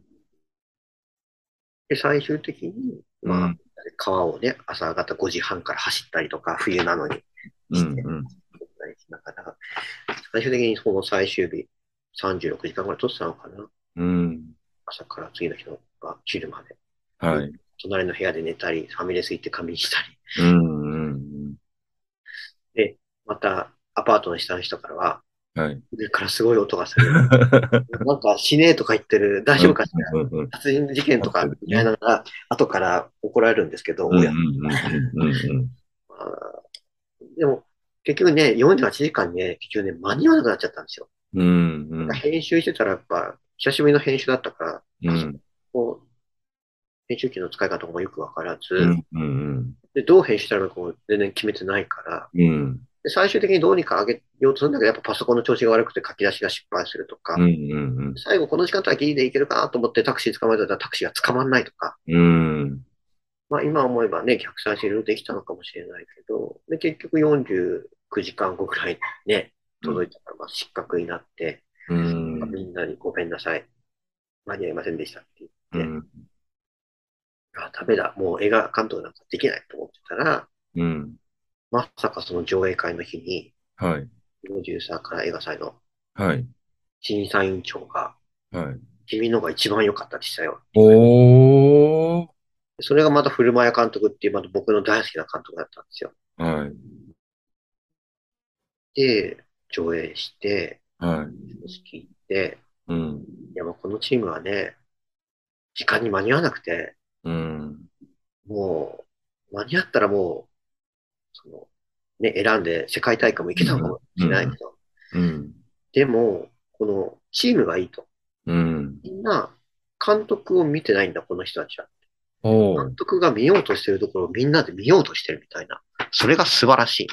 で、最終的に、まあ、
うん
川をね、朝方5時半から走ったりとか、冬なのに、
うんうん。
なかなか、最終的にその最終日、36時間ぐらい取ってたのかな。
うん。
朝から次の日のまあ昼まで。
はい。
隣の部屋で寝たり、ファミレス行って仮眠した
う
り、
んうん
またアパートの下の人からは、
うん。はい。
上からすごい音がする。なんか死ねえとか言ってる、大丈夫かしら、
うんうんうん
殺人事件とか、みたいなのが、後から怒られるんですけど、
うん
親
うんうん
まあでも、結局ね、48時間ね、結局ね、間に合わなくなっちゃったんですよ。
うんうんうん
編集してたら、やっぱ、久しぶりの編集だったから、
うん
こう、編集機の使い方もよくわからず、
うんうん
で、どう編集したらこう、全然決めてないから、
うんうん
で最終的にどうにか上げようとするんだけど、やっぱパソコンの調子が悪くて書き出しが失敗するとか、
うんうん
最後この時間帯はギリでいけるかなと思ってタクシー捕まえたらタクシーが捕まんないとか、
うん
まあ今思えばね、逆再生できたのかもしれないけど、で、結局49時間後くらいね、届いたから、まあ失格になって、
うん
みんなにごめんなさい、間に合いませんでしたって言って
うん
あ、ダメだ、もう映画監督なんかできないと思ってたら、
うん
まさかその上映会の日に、
はい
プロデューサーから映画祭の
はい
審査委員長が、
はい
君のが一番良かったでしたよ。
おー
それがまた古前監督っていう、また僕の大好きな監督だったんですよ。
はい
で、上映して、
はい
聞いて、
うん
いや、もうこのチームはね、時間に間に合わなくて、
うん
もう、間に合ったらもう、その、ね、選んで世界大会も行けたのかもしれないけど、
うん
でも、このチームがいいと。
うん
みんな、監督を見てないんだ、この人たちは。
おー
監督が見ようとしてるところをみんなで見ようとしてるみたいな。それが素晴らしい。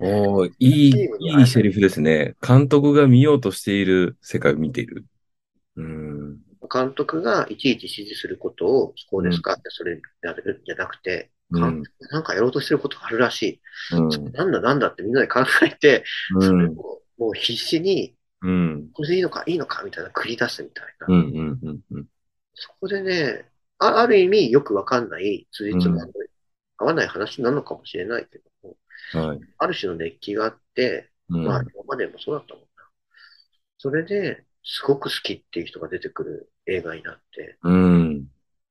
おーいい、いいセリフですね。監督が見ようとしている世界を見ている。うん。
監督がいちいち指示することを、こうですかって、それやるんじゃなくて、
うん
監。督なんかやろうとしてることがあるらしい。
うん
なんだなんだってみんなで考えて、
う
それを
ん。
もう必死に、
うん。
これでいいのか、いいのか、みたいな繰り出すみたいな。
うん。うん。うん。うん。
そこでね、あある意味よくわかんない、ついつま合わない話なのかもしれないけども、
はい。
ある種の熱気があって、
うん。
まあ今までもそうだったもんな。それで、すごく好きっていう人が出てくる映画になって、
うん。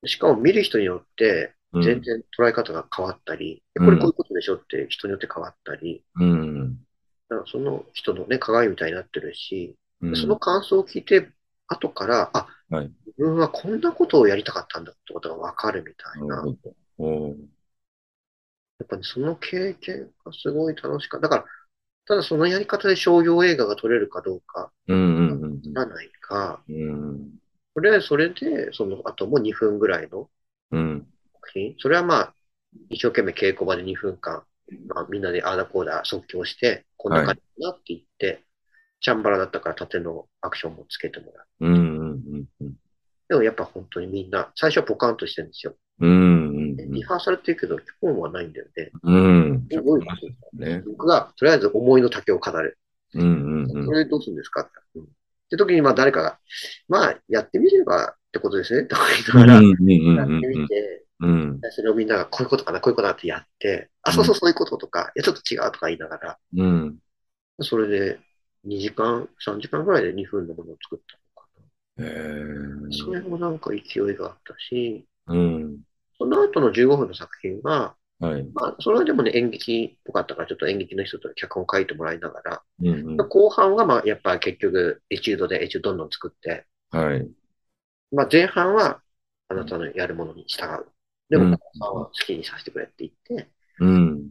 しかも見る人によって
うん
全然捉え方が変わったり、
うん
これこういうことでしょって人によって変わったり、
うん。
だからその人のね、鏡みたいになってるし、
うん
その感想を聞いて、後から、あ、
はい
自分はこんなことをやりたかったんだってことがわかるみたい
な
な。や
るほど。
っぱりその経験がすごい楽しかった。だから、ただそのやり方で商業映画が撮れるかどうか、
うん。うん。
ならないか、
うん。
とりあえずそれで、その後も2分ぐらいの
うん。
作品、それはまあ、一生懸命稽古場で2分間、まあ、みんなであーだこーだ即興して、こんな感じだなって言って、チャンバラだったから縦のアクションもつけてもらう。
うん。うん。
でもやっぱ本当にみんな、最初はポカンとしてるんですよ。
うん。
リハーサルって言うけど、基本はないんだよね。
うん。
どういうこと
ね。
僕が、とりあえず思いの丈を語る。
うん。うん。
それでどうするんですか、うんって時に、まあ誰かが、まあやってみればってことですね、とか言いながら、やってみて、
うん。
それをみんながこういうことかな、こういうことかなってやって、あ、そうそう、そういうこととか、いや、ちょっと違うとか言いながら、
うん。
それで2時間、3時間ぐらいで2分のものを作ったのか
へえ
な。それもなんか勢いがあったし、
うん。
その後の15分の作品は、
はい。
まあ、それはでもね、演劇っぽかったから、ちょっと演劇の人と脚本書いてもらいながら、
うん。
後半は、まあ、やっぱ結局、エチュードでエチュードどんどん作って、
はい。
まあ、前半は、あなたのやるものに従う。で
うん
も、後半は好きにさせてくれって言って、
うん。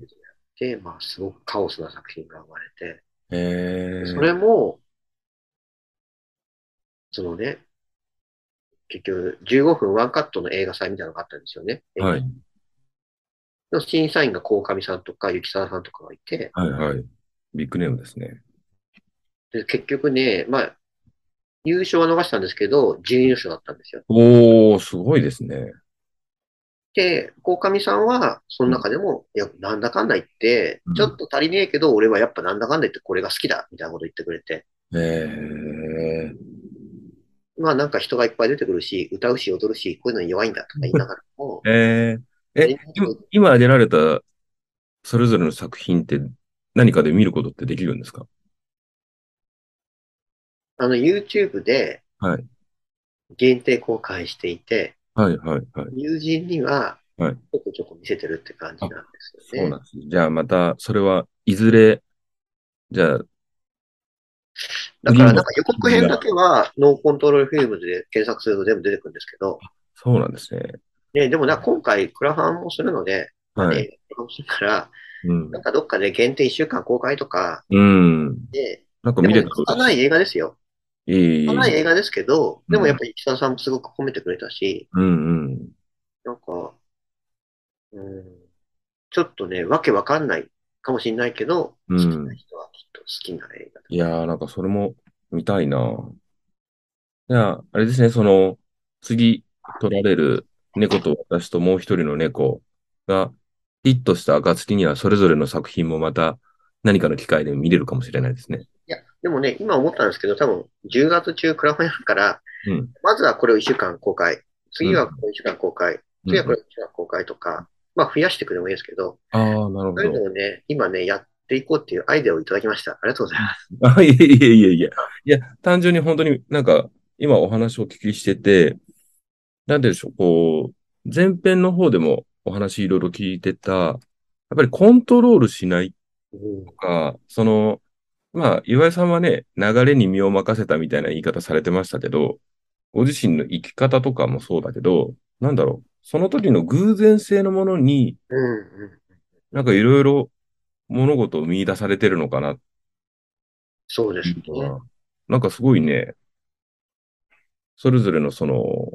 で、まあ、すごくカオスな作品が生まれ
へえ
て、それも、そのね、結局、15分ワンカットの映画祭みたいなのがあったんですよね。
はい。
で審査員が鴻上さんとか、雪沢さんとかがいて、
はいはい。ビッグネームですね。
で、結局ね、まあ、優勝は逃したんですけど、準優勝だったんですよ。
おー、すごいですね。
で、鴻上さんは、その中でも、いや、なんだかんだ言って
うん、
ちょっと足りねえけど、俺はやっぱなんだかんだ言ってこれが好きだ、みたいなこと言ってくれて、
へえ、
まあなんか人がいっぱい出てくるし、歌うし、踊るし、こういうのに弱いんだとか言いながらも
ええ
全
今
然
今挙げられたそれぞれの作品って何かで見ることってできるんですか
あの、YouTube で
はい。
限定公開していて、
はいはいはい。
友人には、ち
はい
ょこちょこ見せてるって感じなんです
そう
よ
な
ね。
んです。じゃあまた、それはいずれ、じゃあ、
だからなんか予告編だけは、ノーコントロールフィルムズで検索すると全部出てくるんですけど、
そうなんですね。
ね、でもな、今回クラファンもするので、
はい。
ねクラファンもするから、
うん
なん。かどっかで限定1週間公開とか
うん。
で、
なんか
で
見
も
れたこと
拙い映画ですよ。
いい。
拙い映画ですけど、
うん
でもやっぱり北田さんもすごく褒めてくれたし、
うんうん。
なんか、うん、ちょっとね、わけわかんないかもしれないけど、
うん
好きな人はきっと好きな映画だ。
いやー、なんかそれも見たいな。じゃあ、あれですね、その、次取られる猫と私ともう一人の猫がヒットした暁にはそれぞれの作品もまた何かの機会で見れるかもしれないですね。
いや、でもね、今思ったんですけど、多分10月中クラファンやるから、
うん
まずはこれを1週間公開、次はこれを1週間公開、次はこ
うん
れを1週間公開とか、まあ増やしていくでもいいですけど、
ああ、なるほ
そういう
ど。
のをね、今ね、やっていこうっていうアイデアをいただきました。ありがとうございま す。
あ、いえいえいえいえ。いや、単純に本当になんか、今お話をお聞きしてて、なんて言うんでしょう、こう、前編の方でもお話いろいろ聞いてた、やっぱりコントロールしない
うん
とか、その、まあ、岩井さんはね、流れに身を任せたみたいな言い方されてましたけど、ご自身の生き方とかもそうだけど、なんだろう、その時の偶然性のものに、
うんうん、
なんかいろいろ物事を見出されてるのかなって
そうです
いうの
ね。
は、なんかすごいね、それぞれのその、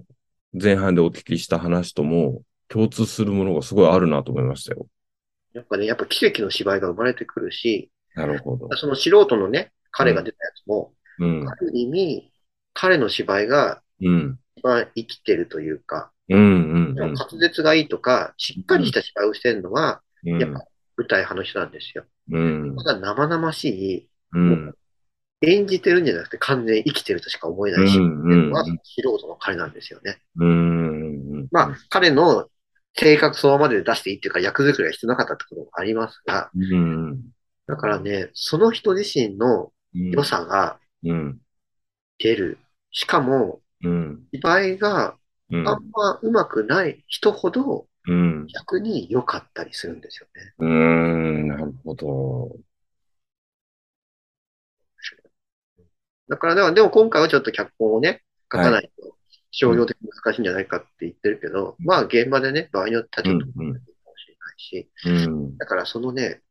前半でお聞きした話とも共通するものがすごいあるなと思いましたよ。
やっぱね、やっぱ奇跡の芝居が生まれてくるし、
なるほど。
その素人のね、彼が出たやつも、
うん。
ある意味、彼の芝居が
うん。
一番生きてるというか、
うん。うん。うん
滑舌がいいとか、しっかりした芝居をしてるのは、
う
やっ
ん
ぱ舞台派の人なんですよ。
うん。
ただ生々し
うん。
い、演じてるんじゃなくて完全に生きてるとしか思え
う
ないし、
んうん
まあ素人の彼なんですよね。
うん。
まあ、彼の性格そのままで出していいっていうか、役作りが必要なかったってこともありますが、
うん。
だからね、その人自身の
うん。
良さが
うん。
出る。しかも、
うん。
芝居が
うん。
あんま上手くない人ほど
うん。
逆に良かったりするんですよね。
うん。なるほど。
だから、だからでも今回はちょっと脚本をね、書かないと商業的に難しいんじゃないかって言ってるけど、
うん
まあ現場でね、場合によっては
う
ちょっ
ん
と。かもしれないし、
うん。
だからそのね、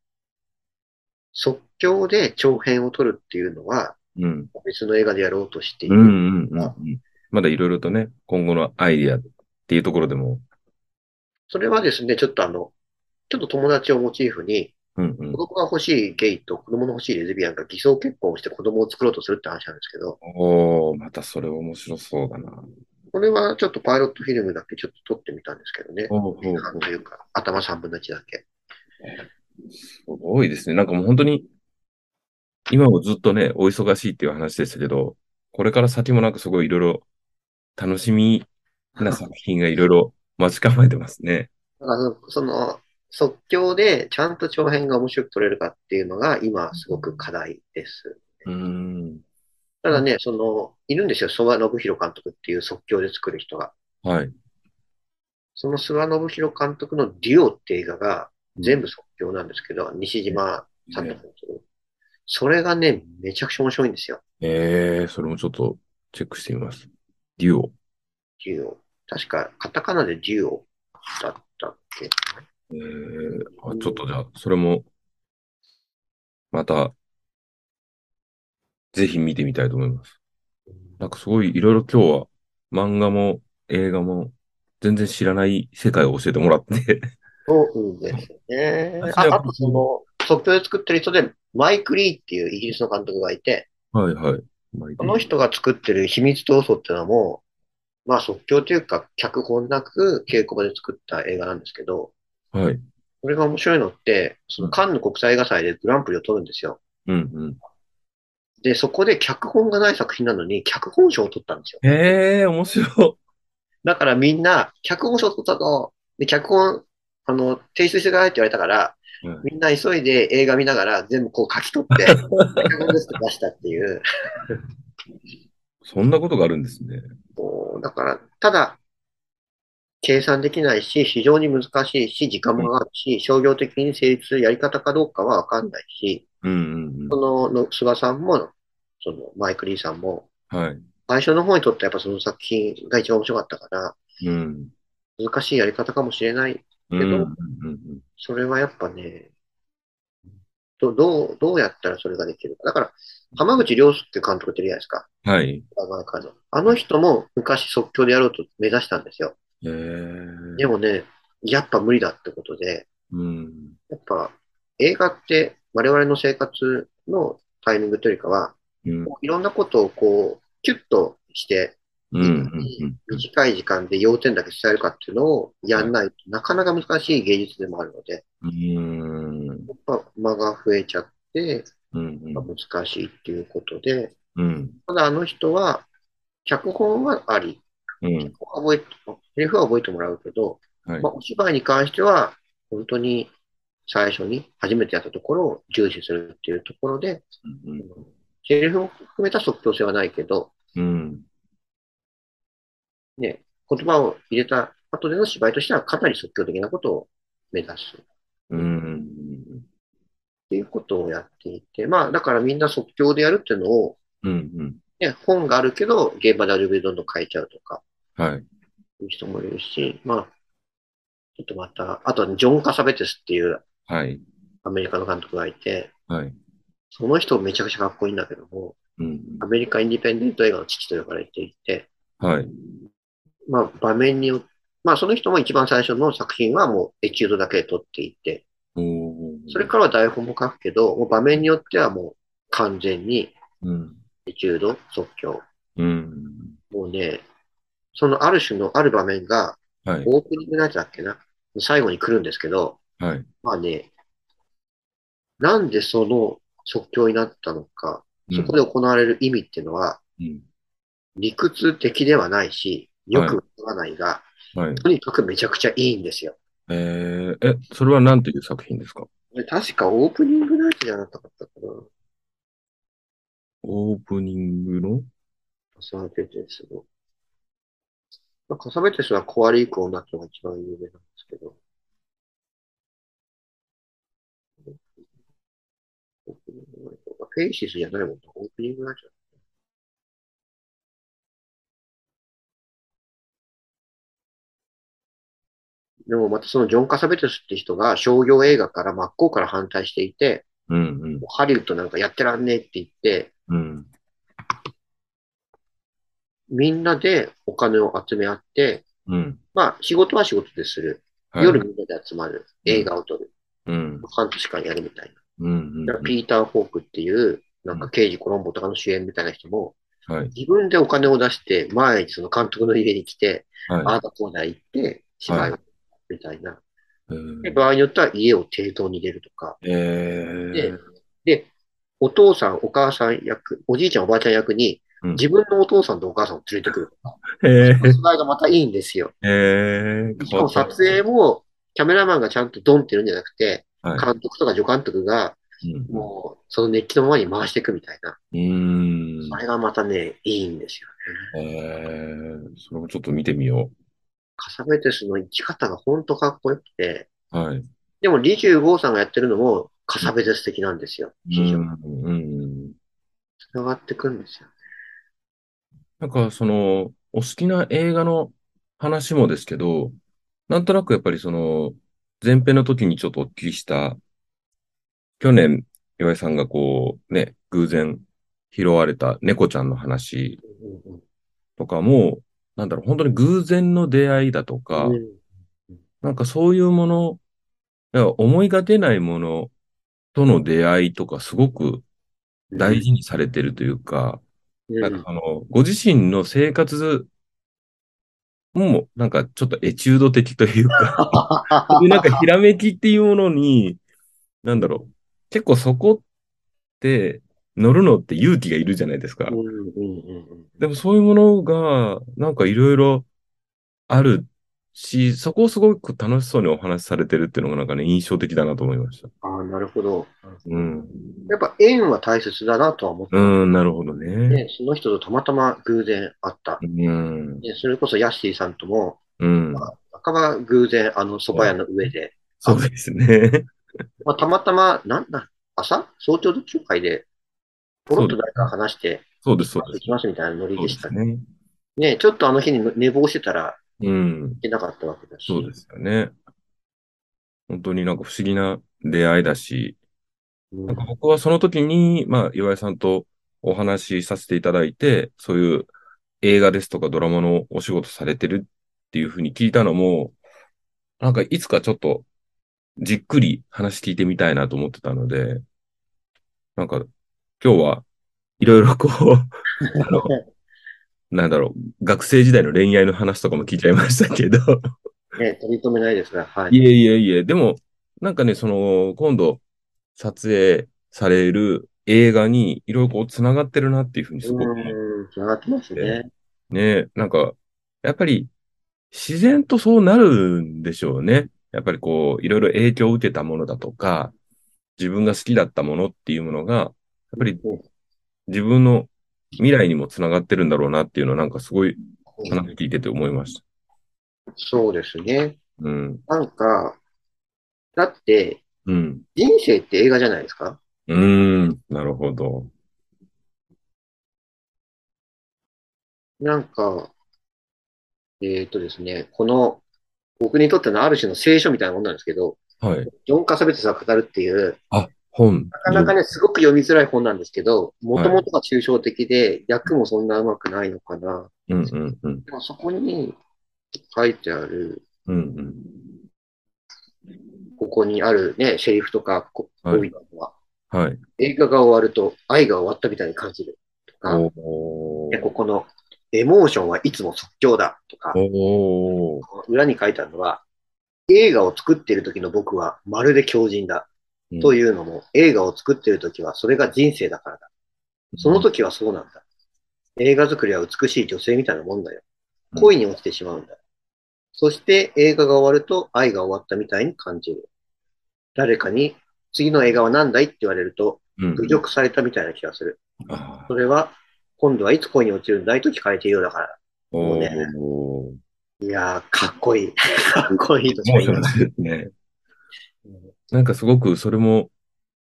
即興で長編を撮るっていうのは
うん。
別の映画でやろうとしている。
うん。うん。まだいろいろとね、今後のアイディアっていうところでも。
それはですね、ちょっとあの、ちょっと友達をモチーフに、
うん。うん
子。供が欲しいゲイと子供の欲しいレズビアンが偽装結婚をして子供を作ろうとするって話なんですけど、
おおまたそれ面白そうだな。
これはちょっとパイロットフィルムだけちょっと撮ってみたんですけどね。
おうおう
なんというか、頭3分の1だけ。
すごいですね。なんかもう本当に、今もずっとね、お忙しいっていう話でしたけど、これから先もなんかすごいいろいろ楽しみな作品がいろいろ待ち構えてますね。
だからそその、即興でちゃんと長編が面白く撮れるかっていうのが今すごく課題です。
うーん。
ただね、その、いるんですよ、諏訪信弘監督っていう即興で作る人が。
はい。
その諏訪信弘監督のデュオって映画が全部即興なんですけど、西島さんとかもそうそれがね、めちゃくちゃ面白いんですよ。
えー、それもちょっとチェックしてみます。デュオ。
デュオ。確か、カタカナでデュオだったっけ
えー、あちょっとじゃあ、それも、また、ぜひ見てみたいと思います。なんかすごいいろいろ今日は漫画も映画も全然知らない世界を教えてもらって、
そうですね。
あ
あ
じゃあ
あとその、即興で作ってる人で、マイク・リーっていうイギリスの監督がいて、
はいはい。まあ
この人が作ってる秘密闘争っていうのはもう、まあ即興というか、脚本なく稽古場で作った映画なんですけど、
はい。
これが面白いのって、そのカンヌ国際映画祭でグランプリを取るんですよ。
うんうん。
で、そこで脚本がない作品なのに、脚本賞を取ったんですよ。
へえ、面白
だからみんな、脚本賞取ったぞ。で、脚本、あの、提出してくださいって言われたから、
うん
みんな急いで映画見ながら全部こう書き取 って、脚本ですって出したっていう。
い。そんなことがあるんですね。
もうだから、ただ、計算できないし、非常に難しいし、時間もかかるし、商業的に成立するやり方かどうかはわかんないし、
うんうん
その、の菅さんも、その、マイクリーさんも、
うん。はい。
最初の方にとってやっぱその作品が一番面白かったから、
うん。
難しいやり方かもしれない。
うんうんうん
それはやっぱね、どどう、どうやったらそれができるか。だから、浜口亮介監督っているじゃないですか。
うん。はい。
裏側からのあの人も昔即興でやろうと目指したんですよ。
へえ。
でもね、やっぱ無理だってことで、
うん。
やっぱ映画って我々の生活のタイミングというよりかは、
うん。
いろんなことをこう、キュッとして、
うんうんうん。
短い時間で要点だけ伝えるかっていうのをやんないとなかなか難しい芸術でもあるので、
うん。
やっぱ間が増えちゃって、
うんうん
まあ難しいっていうことで、
うん。
ただあの人は、脚本はあり、
うん。
覚えて、セリフは覚えてもらうけど、
はい
まあ、。お芝居に関しては、本当に最初に初めてやったところを重視するっていうところで、
うん
セリフも含めた即興性はないけど、
うん。
ね、言葉を入れた後での芝居としてはかなり即興的なことを目指すっ
うん。
ていうことをやっていて、まあだからみんな即興でやるっていうのを、
うん。
ね、本があるけど、現場であるべどんどん書いちゃうとか、
はい。
いう人もいるし、まあ、ちょっとまた、あとはジョン・カサベテスっていう
はい。
アメリカの監督がいて、
はい。
その人めちゃくちゃかっこいいんだけども、
うん。
アメリカインディペンデント映画の父と呼ばれていて、
はい。
まあ、場面によって、まあ、その人も一番最初の作品はもうエチュードだけ撮っていて、
お
それからは台本も書くけど、もう場面によってはもう完全に
うん。
エチュード、即興。
うん。
もうね、そのある種のある場面が、
はい。
オープニングのやつだっけな、最後に来るんですけど、
はい。
まあね、なんでその即興になったのか、そこで行われる意味っていうのは、
うん。
理屈的ではないし、よくわからないが、
はい。
とにかくめちゃくちゃいいんですよ。
えー、え、それは何という作品ですか
これ確かオープニングのやつじゃなかったかな。
オープニングの
カサベテスの。まあ、カサベテスはコアリーク女っていうのが一番有名なんですけど。オープニングのやつとかフェイシスじゃないもんな。オープニングのやつだでもまたそのジョン・カサベテスって人が商業映画から真っ向から反対していて、
うん
ハリウッドなんかやってらんねえって言って、
うん。うん。
みんなでお金を集め合って、
うん。
まあ仕事は仕事でする。
はい。
夜みんなで集まる。映画を撮る。
うん。
半年間やるみたい
うん。
な。ピーター・フォークっていう、なんか刑事コロンボとかの主演みたいな人も、
はい。
自分でお金を出して、前にその監督の家に来て、あ
はい。
あだこうだ行って、芝居をみたいな。
え
で場合によっては家を抵当に入れるとか。
え
で、お父さん、お母さん役、おじいちゃん、おばあちゃん役に、
うん
自分のお父さんとお母さんを連れてくる とか。
へえ。
それがまたいいんですよ。
へえ。
しかも撮影も、キャメラマンがちゃんとドンって言うんじゃなくて、
はい
監督とか助監督が、
うん
もう、その熱気のままに回していくみたいな。
うーん
そ。れがまたね、いいんですよね。
へえ。それもちょっと見てみよ
カサベテスの生き方がほんとかっこよくて、
う。はい。
でもリジュウゴーさんがやってるのも、カサベテス的なんですよ。非
う
常に。
んうん。
繋がってくんですよ。
なんか、その、お好きな映画の話もですけど、なんとなくやっぱりその、前編の時にちょっとお聞きした、去年、岩井さんがこう、ね、偶然拾われた猫ちゃんの話
うんうん
とかも、なんだろう、本当に偶然の出会いだとか、
うん
なんかそういうもの、だから思いが出ないものとの出会いとか、すごく大事にされてるというか、
うん
なんかあの、ご自身の生活も、なんかちょっとエチュード的という か、そういうなんかひらめきっていうものに、なんだろう、結構そこって乗るのって勇気がいるじゃないですか
う。んうんうんうん
でもそういうものが、なんかいろいろあるし、そこをすごく楽しそうにお話しされてるっていうのがなんかね、印象的だなと思いました。
ああ、なるほど。
うん。
やっぱ縁は大切だなとは思って、
うん、なるほどね。
ね、その人とたまたま偶然会った。
うん。
ね、それこそヤッシーさんとも、
うん。
半ば偶然あの蕎麦屋の上で、
そうですね。
まあ、たまたま、なんだ、朝早朝の中会で、ポロッと誰か話して、
そうです、そうで
行
す。
きますみたいなノリ
そうで
でした
す
ね。
ね。
ね、ちょっとあの日に寝坊してたら
うん。
行けなかったわけだし。
そうですよね。本当になんか不思議な出会いだし、
うん。
なんか僕はその時に、まあ、岩井さんとお話しさせていただいて、そういう映画ですとかドラマのお仕事されてるっていうふうに聞いたのも、なんかいつかちょっとじっくり話聞いてみたいなと思ってたので、なんか今日はいろいろこう、あの、なんだろう、学生時代の恋愛の話とかも聞いちゃいましたけど、
ね、取り留めないですが、はい。
いえいえいえ、でも、なんかね、その、今度、撮影される映画に、いろいろこう、つながってるなっていうふうに、すごく
うん、繋がってますね。
ね、なんか、やっぱり、自然とそうなるんでしょうね。やっぱりこう、いろいろ影響を受けたものだとか、自分が好きだったものっていうものが、やっぱり
うん
自分の未来にもつながってるんだろうなっていうのは、なんかすごい
うん
話聞いてて思いました。
そうですね。
うん。
なんか、だって、
うん。
人生って映画じゃないですか。
うーん。なるほど。
なんか、えっとですね、この、僕にとってのある種の聖書みたいなもんなんですけど、
はい。
ジョン・カサベテスが語るっていう、
本。
なかなかね、すごく読みづらい本なんですけど、もともとが抽象的で、訳もそんなうまくないのかな。
うんうんうん。
でもそこに書いてある、
うんうん。
ここにあるね、セリフとか、こ
はい
帯とかは、
はい。
映画が終わると愛が終わったみたいに感じるとか、
お
でここのエモーションはいつも即興だとか、
お
裏に書いてあるのは、映画を作っている時の僕はまるで狂人だ。
うん
というのも、映画を作っている時はそれが人生だからだ。その時はそうなんだ。映画作りは美しい女性みたいなもんだよ。
うん
恋に落ちてしまうんだ。そして映画が終わると愛が終わったみたいに感じる。誰かに次の映画は何だいって言われると
うん
侮辱されたみたいな気がする。
あ
それは今度はいつ恋に落ちるんだいと聞かれているようだからだ。
ー
もう
お
ね
ー
いやー、かっ こいい。かっこいいとし
面
か
白
言いません
いですね。なんかすごくそれも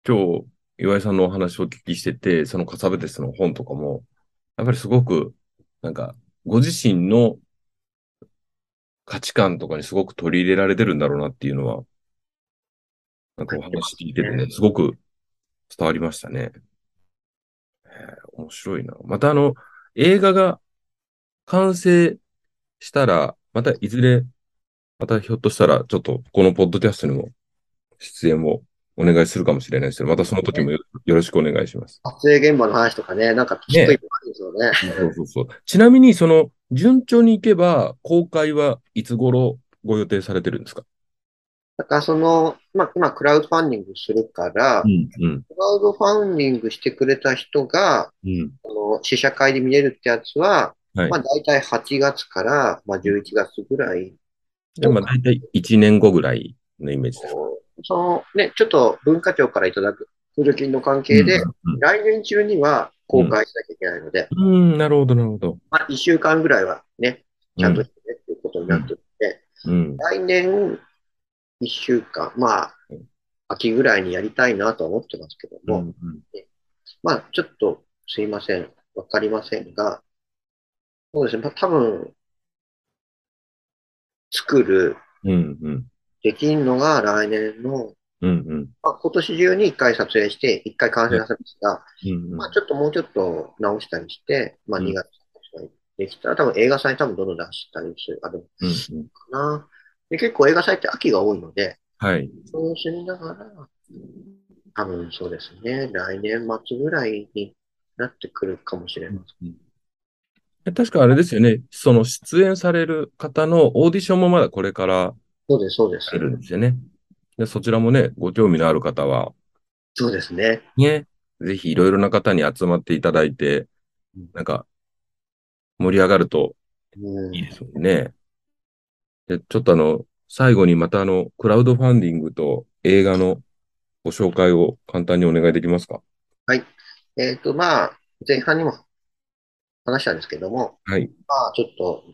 今日岩井さんのお話をお聞きしてて、そのカサベテスの本とかも、やっぱりすごくなんかご自身の価値観とかにすごく取り入れられてるんだろうなっていうのは、なんかお話聞いててね、すごく伝わりましたね。へえ面白いな。またあの、映画が完成したら、またいずれ、またひょっとしたら、ちょっとこのポッドキャストにも出演をお願いするかもしれないですけど、またその時もよよろしくお願いします。
撮影現場の話とかね、なんかきっといっぱいあるんですよね。
そうそうそう。ちなみに、その、順調にいけば、公開はいつ頃ご予定されてるんですか
だからその、まあ、今クラウドファンディングするから、
う
ク
ん、うん、
ラウドファンディングしてくれた人が、
うん。
あの試写会で見れるってやつは、
はい
まあ大体8月から、まあ、11月ぐらい
でまあ、大体1年後ぐらいのイメージです。
こうそのね、ちょっと文化庁からいただく補助金の関係で、
うん
来年中には公開しなきゃいけないので、
うん、うんなるほど、なるほど。
まあ、1週間ぐらいはね、ちゃんと
う
してねっていうことになってるので、
うん、
来年1週間、まあ、秋ぐらいにやりたいなとは思ってますけど
う
も、
ん、うん
まあ、ちょっとすいません、わかりませんが、そうですね、まあ、多分、作る、
うん、うん、
できるのが来年の
うん、うん、
まあ、今年中に1回撮影して、1回完成させますが、
うん
まあ、ちょっともうちょっと直したりして、まあ、
うん
2月ぐらいにできたら、多分映画祭多分どんどん出したりするあるの
うん。
かな。で、結構映画祭って秋が多いので、
はい。
そうしながら、多分そうですね、来年末ぐらいになってくるかもしれない。
確かあれですよね、その出演される方のオーディションもまだこれから
そうです、そうです
や。るんですよね。でそちらもね、ご興味のある方は、
そうですね。
ね、ぜひいろいろな方に集まっていただいて、なんか、盛り上がると
うん
いいですよね。で、ちょっとあの、最後にまたあの、クラウドファンディングと映画のご紹介を簡単にお願いできますか
えっ、と、まあ、前半にも話したんですけども、
はい。
まあ、ちょっと、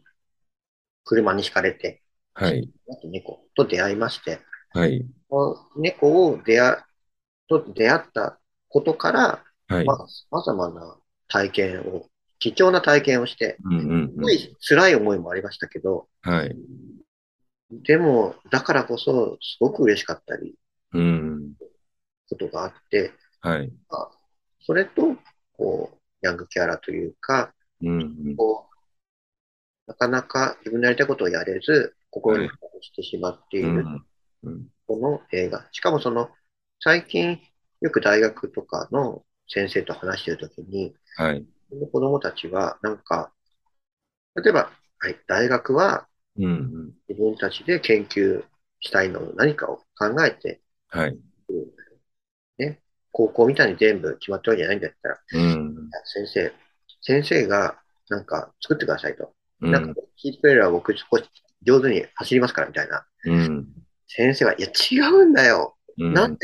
車にひかれて、
はい。
あと猫と出会いまして、
はい。
この猫を出会と出会ったことから、
はい。
まあ、様々な体験を、貴重な体験をして、
うんうん
す
う
ご
ん。
い辛い思いもありましたけど、
はい。
でも、だからこそ、すごく嬉しかったり、
うん。
ことがあって、
はい。
それと、こう、ヤングケアラーというか、
うんうん。
こう、なかなか自分のやりたいことをやれず、心に落してしまっていうる
んうん。
この映画。しかもその、最近よく大学とかの先生と話してるときに、
はい。
子供たちはなんか、例えば、はい、大学は
うんうん。
自分たちで研究したいの何かを考えて、
はい。
高校みたいに全部決まったわけじゃないんだったら、い
うん。
や先生、先生がなんか作ってくださいと。
う
なん
ん。
か、キープレイヤーは僕少し上手に走りますからみたいな。
うん。
先生が、いや、違うんだよ。
うん
なんで、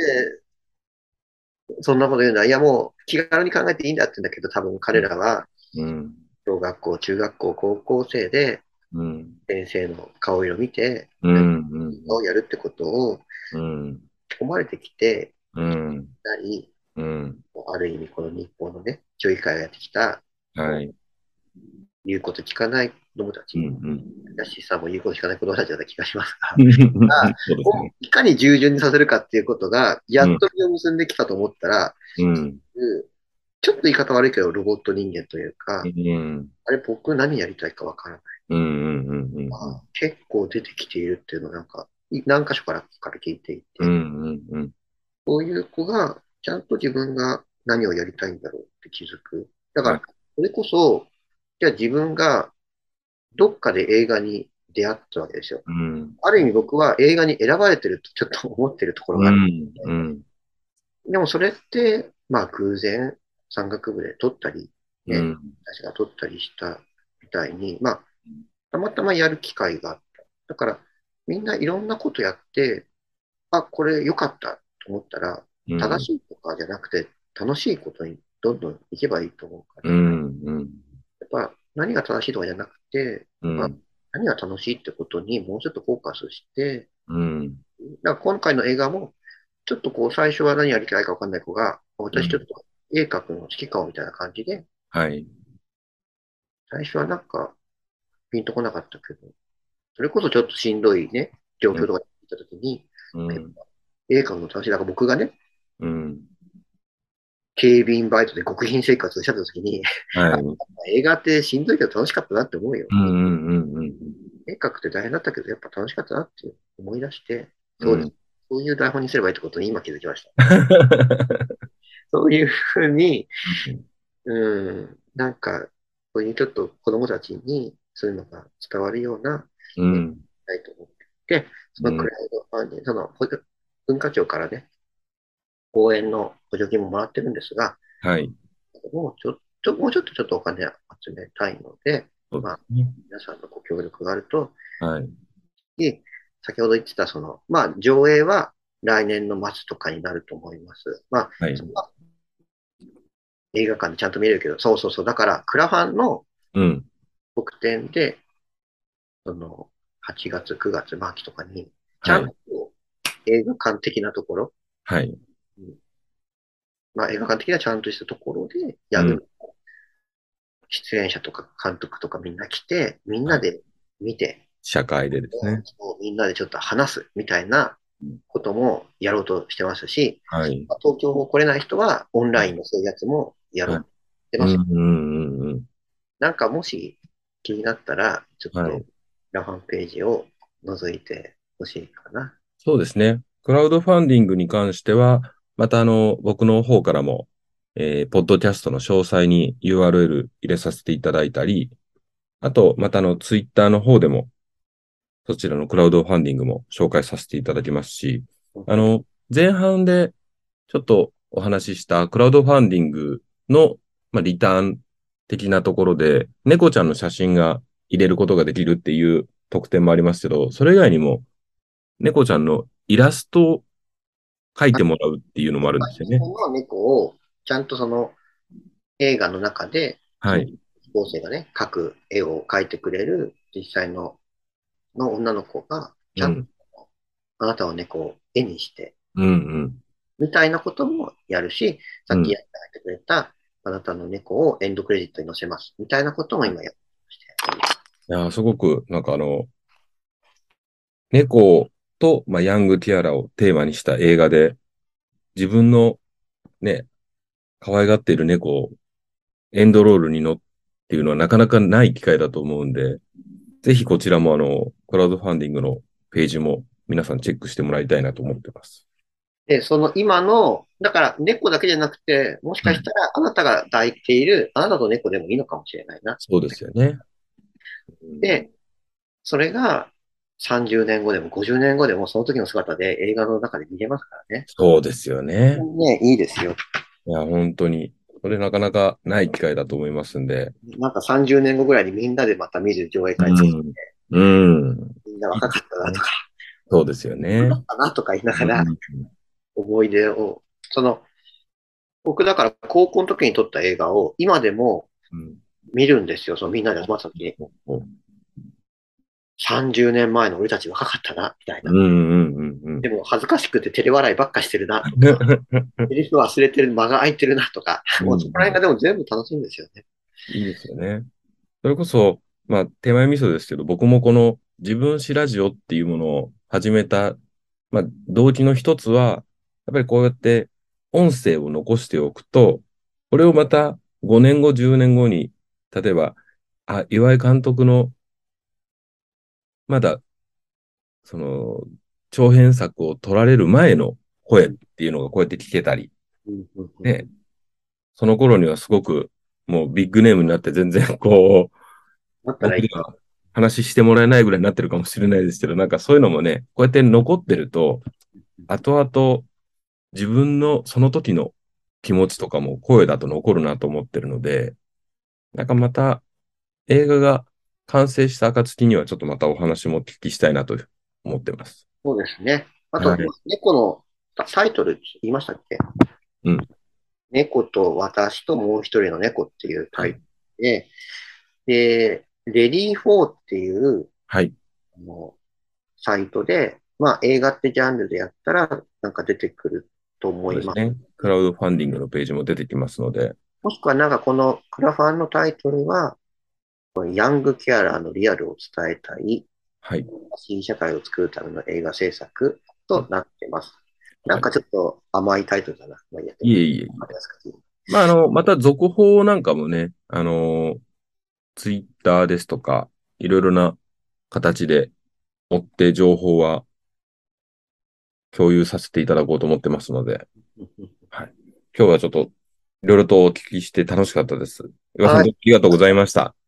そんなこと言うんだいや、もう気軽に考えていいんだって言うんだけど、多分彼らは、
うん。
小学校、中学校、高校生で、
うん。
先生の顔色見て、
うん。うん。
をやるってことを、
うん。
込まれてきて、
うん。
たり、
うん。
ある意味、この日本のね、町議会がやってきた、
はい。
言うこと聞かない子供た
う
ち
ん。うん。
だしさ、もう言うこと聞かない子供たちだった気がしますが、
そうです
をいかに従順にさせるかっていうことが、やっと実を結んできたと思ったら、
ね。うん。
ちょっと言い方悪いけど、ロボット人間というか、
うん。
あれ、僕何やりたいかわからない。
うん。うん。うん。うん。
まあ結構出てきているっていうのをなんか、い何箇所からから聞いていて、
うんうんうん。
こういう子がちゃんと自分が何をやりたいんだろうって気づく。だか
は
ら、それこそ、じゃあ自分がどっかで映画に出会ったわけですよ。
うん。
ある意味僕は映画に選ばれてるとちょっと思ってるところがあ
う
る。
ん。うん。
でもそれって、まあ偶然山岳部で撮ったり、
うん。
私が撮ったりしたみたいに、まあ、たまたまやる機会があった。だから、みんないろんなことやって、あ、これ良かったと思ったら、
うん。
正しいとかじゃなくて、楽しいことにどんどん行けばいいと思うか
う
ら、や
ん。うん。
っぱ何が正しいとかじゃなくて、
うん。
何が楽しいってことにもうちょっとフォーカスして、
うん。
だから今回の映画も、ちょっとこう、最初は何やりたいか分かんない子が、私ちょっと絵描くの好きかもみたいな感じで、
はい。
最初はなんか、ピンとこなかったけど、それこそちょっとしんどいね、状況とか行ったときに、
うん。
映画の私、なんか僕がね、
うん。
警備員バイトで極貧生活をしてたときに、
はい。
映画ってしんどいけど楽しかったなって思うよ
う。ん。うん。うん。うん。
絵描くって大変だったけど、やっぱ楽しかったなって思い出して、そうですそういう台本にすればいいってことに今気づきました。そういうふうに、うん、なんか、そういうちょっと子供たちに、そういうのが伝わるような、
うん。
ないと思って。で、そのクラウドファンディング、その保育文化庁からね、応援の補助金ももらってるんですが、
はい。
もうちょっと、もうちょっとちょっとお金集めたいので、
そうで
まあ
すね
皆さんのご協力があると、
はい。
で先ほど言ってた、その、まあ、上映は来年の末とかになると思います。まあ、
はい
そ。んな映画館でちゃんと見れるけど、そうそうそう、だから、クラファンの
うん。
特典で、その、8月、9月、末期とかに、ちゃ
は
ん
い。
と映画館的なところ、
はい。
まあ、映画館的なちゃんとしたところでやるの、
う
出演者とか監督とかみんな来て、みんなで見て、
社会でですね。
そうみんなでちょっと話すみたいなこともやろうとしてますし、
はい。
まあ東京も来れない人はオンラインのそういうやつもやろうとして
う
ま
ん
す。
うんうんうん。
なんかもし気になったら、ちょっ
は
と
い
ラファンページを覗いてほしいかな。
そうですね。クラウドファンディングに関しては、またあの、僕の方からも、えーポッドキャストの詳細に URL 入れさせていただいたり、あと、またあの、ツイッターの方でも、そちらのクラウドファンディングも紹介させていただきますし、あの、前半でちょっとお話ししたクラウドファンディングの、まあ、リターン的なところで、猫ちゃんの写真が入れることができるっていう特典もありますけど、それ以外にも、猫ちゃんのイラストを描いてもらうっていうのもあるんですよね。
日本の猫をちゃんとその映画の中で
はい。
高生がね、描く絵を描いてくれる実際のの女の子が、ちゃんとあなたを猫を絵にして、
うんうん
みたいなこともやるし、さっきやってくれた、あなたの猫をエンドクレジットに載せます、みたいなことも今やってます。
いやー、すごく、なんかあの、猫と、まあ、ヤングティアラをテーマにした映画で、自分のね、可愛がっている猫をエンドロールに乗っていうのはなかなかない機会だと思うんで、ぜひこちらもあの、クラウドファンディングのページも皆さんチェックしてもらいたいなと思ってます。
で、その今の、だから猫だけじゃなくて、もしかしたらあなたが抱いている、あなたと猫でもいいのかもしれないな。
そうですよね。
で、それが30年後でも50年後でもその時の姿で映画の中で見れますからね。
そうですよね。
ね、いいですよ。
いや、本当に。それなかなかない機会だと思いますんで。
なんか30年後ぐらいにみんなでまた見る上映会作って、
うん。うん。
みんな若かったなとか、
そうですよね。
若かったなとか言いながら
うんうん
思い出を、その、僕だから高校の時に撮った映画を今でも
うん
見るんですよ。そのみんなで集まった時に。
うん
30年前の俺たち若かったな、みたいな。
うんうんうん
でも恥ずかしくて照れ笑いばっかしてるな、とか。
うん。
セリフ忘れてる、間が空いてるなとか、
うん
もうそこら辺がでも全部楽しいんですよね。
いいですよね。それこそ、まあ、手前味噌ですけど、僕もこの自分史ラジオっていうものを始めた、まあ、動機の一つは、やっぱりこうやって音声を残しておくと、これをまた5年後、10年後に、例えば、あ、岩井監督の、まだ、その、長編作を取られる前の声っていうのがこうやって聞けたり、ね、その頃にはすごく、もうビッグネームになって全然こう、
だったらいい。
僕には話してもらえないぐらいになってるかもしれないですけど、なんかそういうのもね、こうやって残ってると、後々自分のその時の気持ちとかも声だと残るなと思ってるので、なんかまた映画が完成した暁にはちょっとまたお話もお聞きしたいなと思ってます。
そうですね。あと、
はい
猫のタタイトル言いましたっけ
うん。
猫と私ともう一人の猫っていうタイトルで、で、レディー4っていう
はい。
あのサイトで、まあ映画ってジャンルでやったらなんか出てくると
そ
思
うで
い
す
ます。
ね。クラウドファンディングのページも出てきますので、
もしくはなんかこのクラファンのタイトルは、ヤングケアラーのリアルを伝えたい、
はい。
新社会を作るための映画制作となってます。なんかちょっと甘いタイトルだな。まあ、いや
いえいえいえ。
あれですけど
まあ、あの、また続報なんかもね、あのツイッターですとか、いろいろな形で追って情報は共有させていただこうと思ってますので、今日はちょっといろいろとお聞きして楽しかったです。岩さん、
はい
ありがとうございました。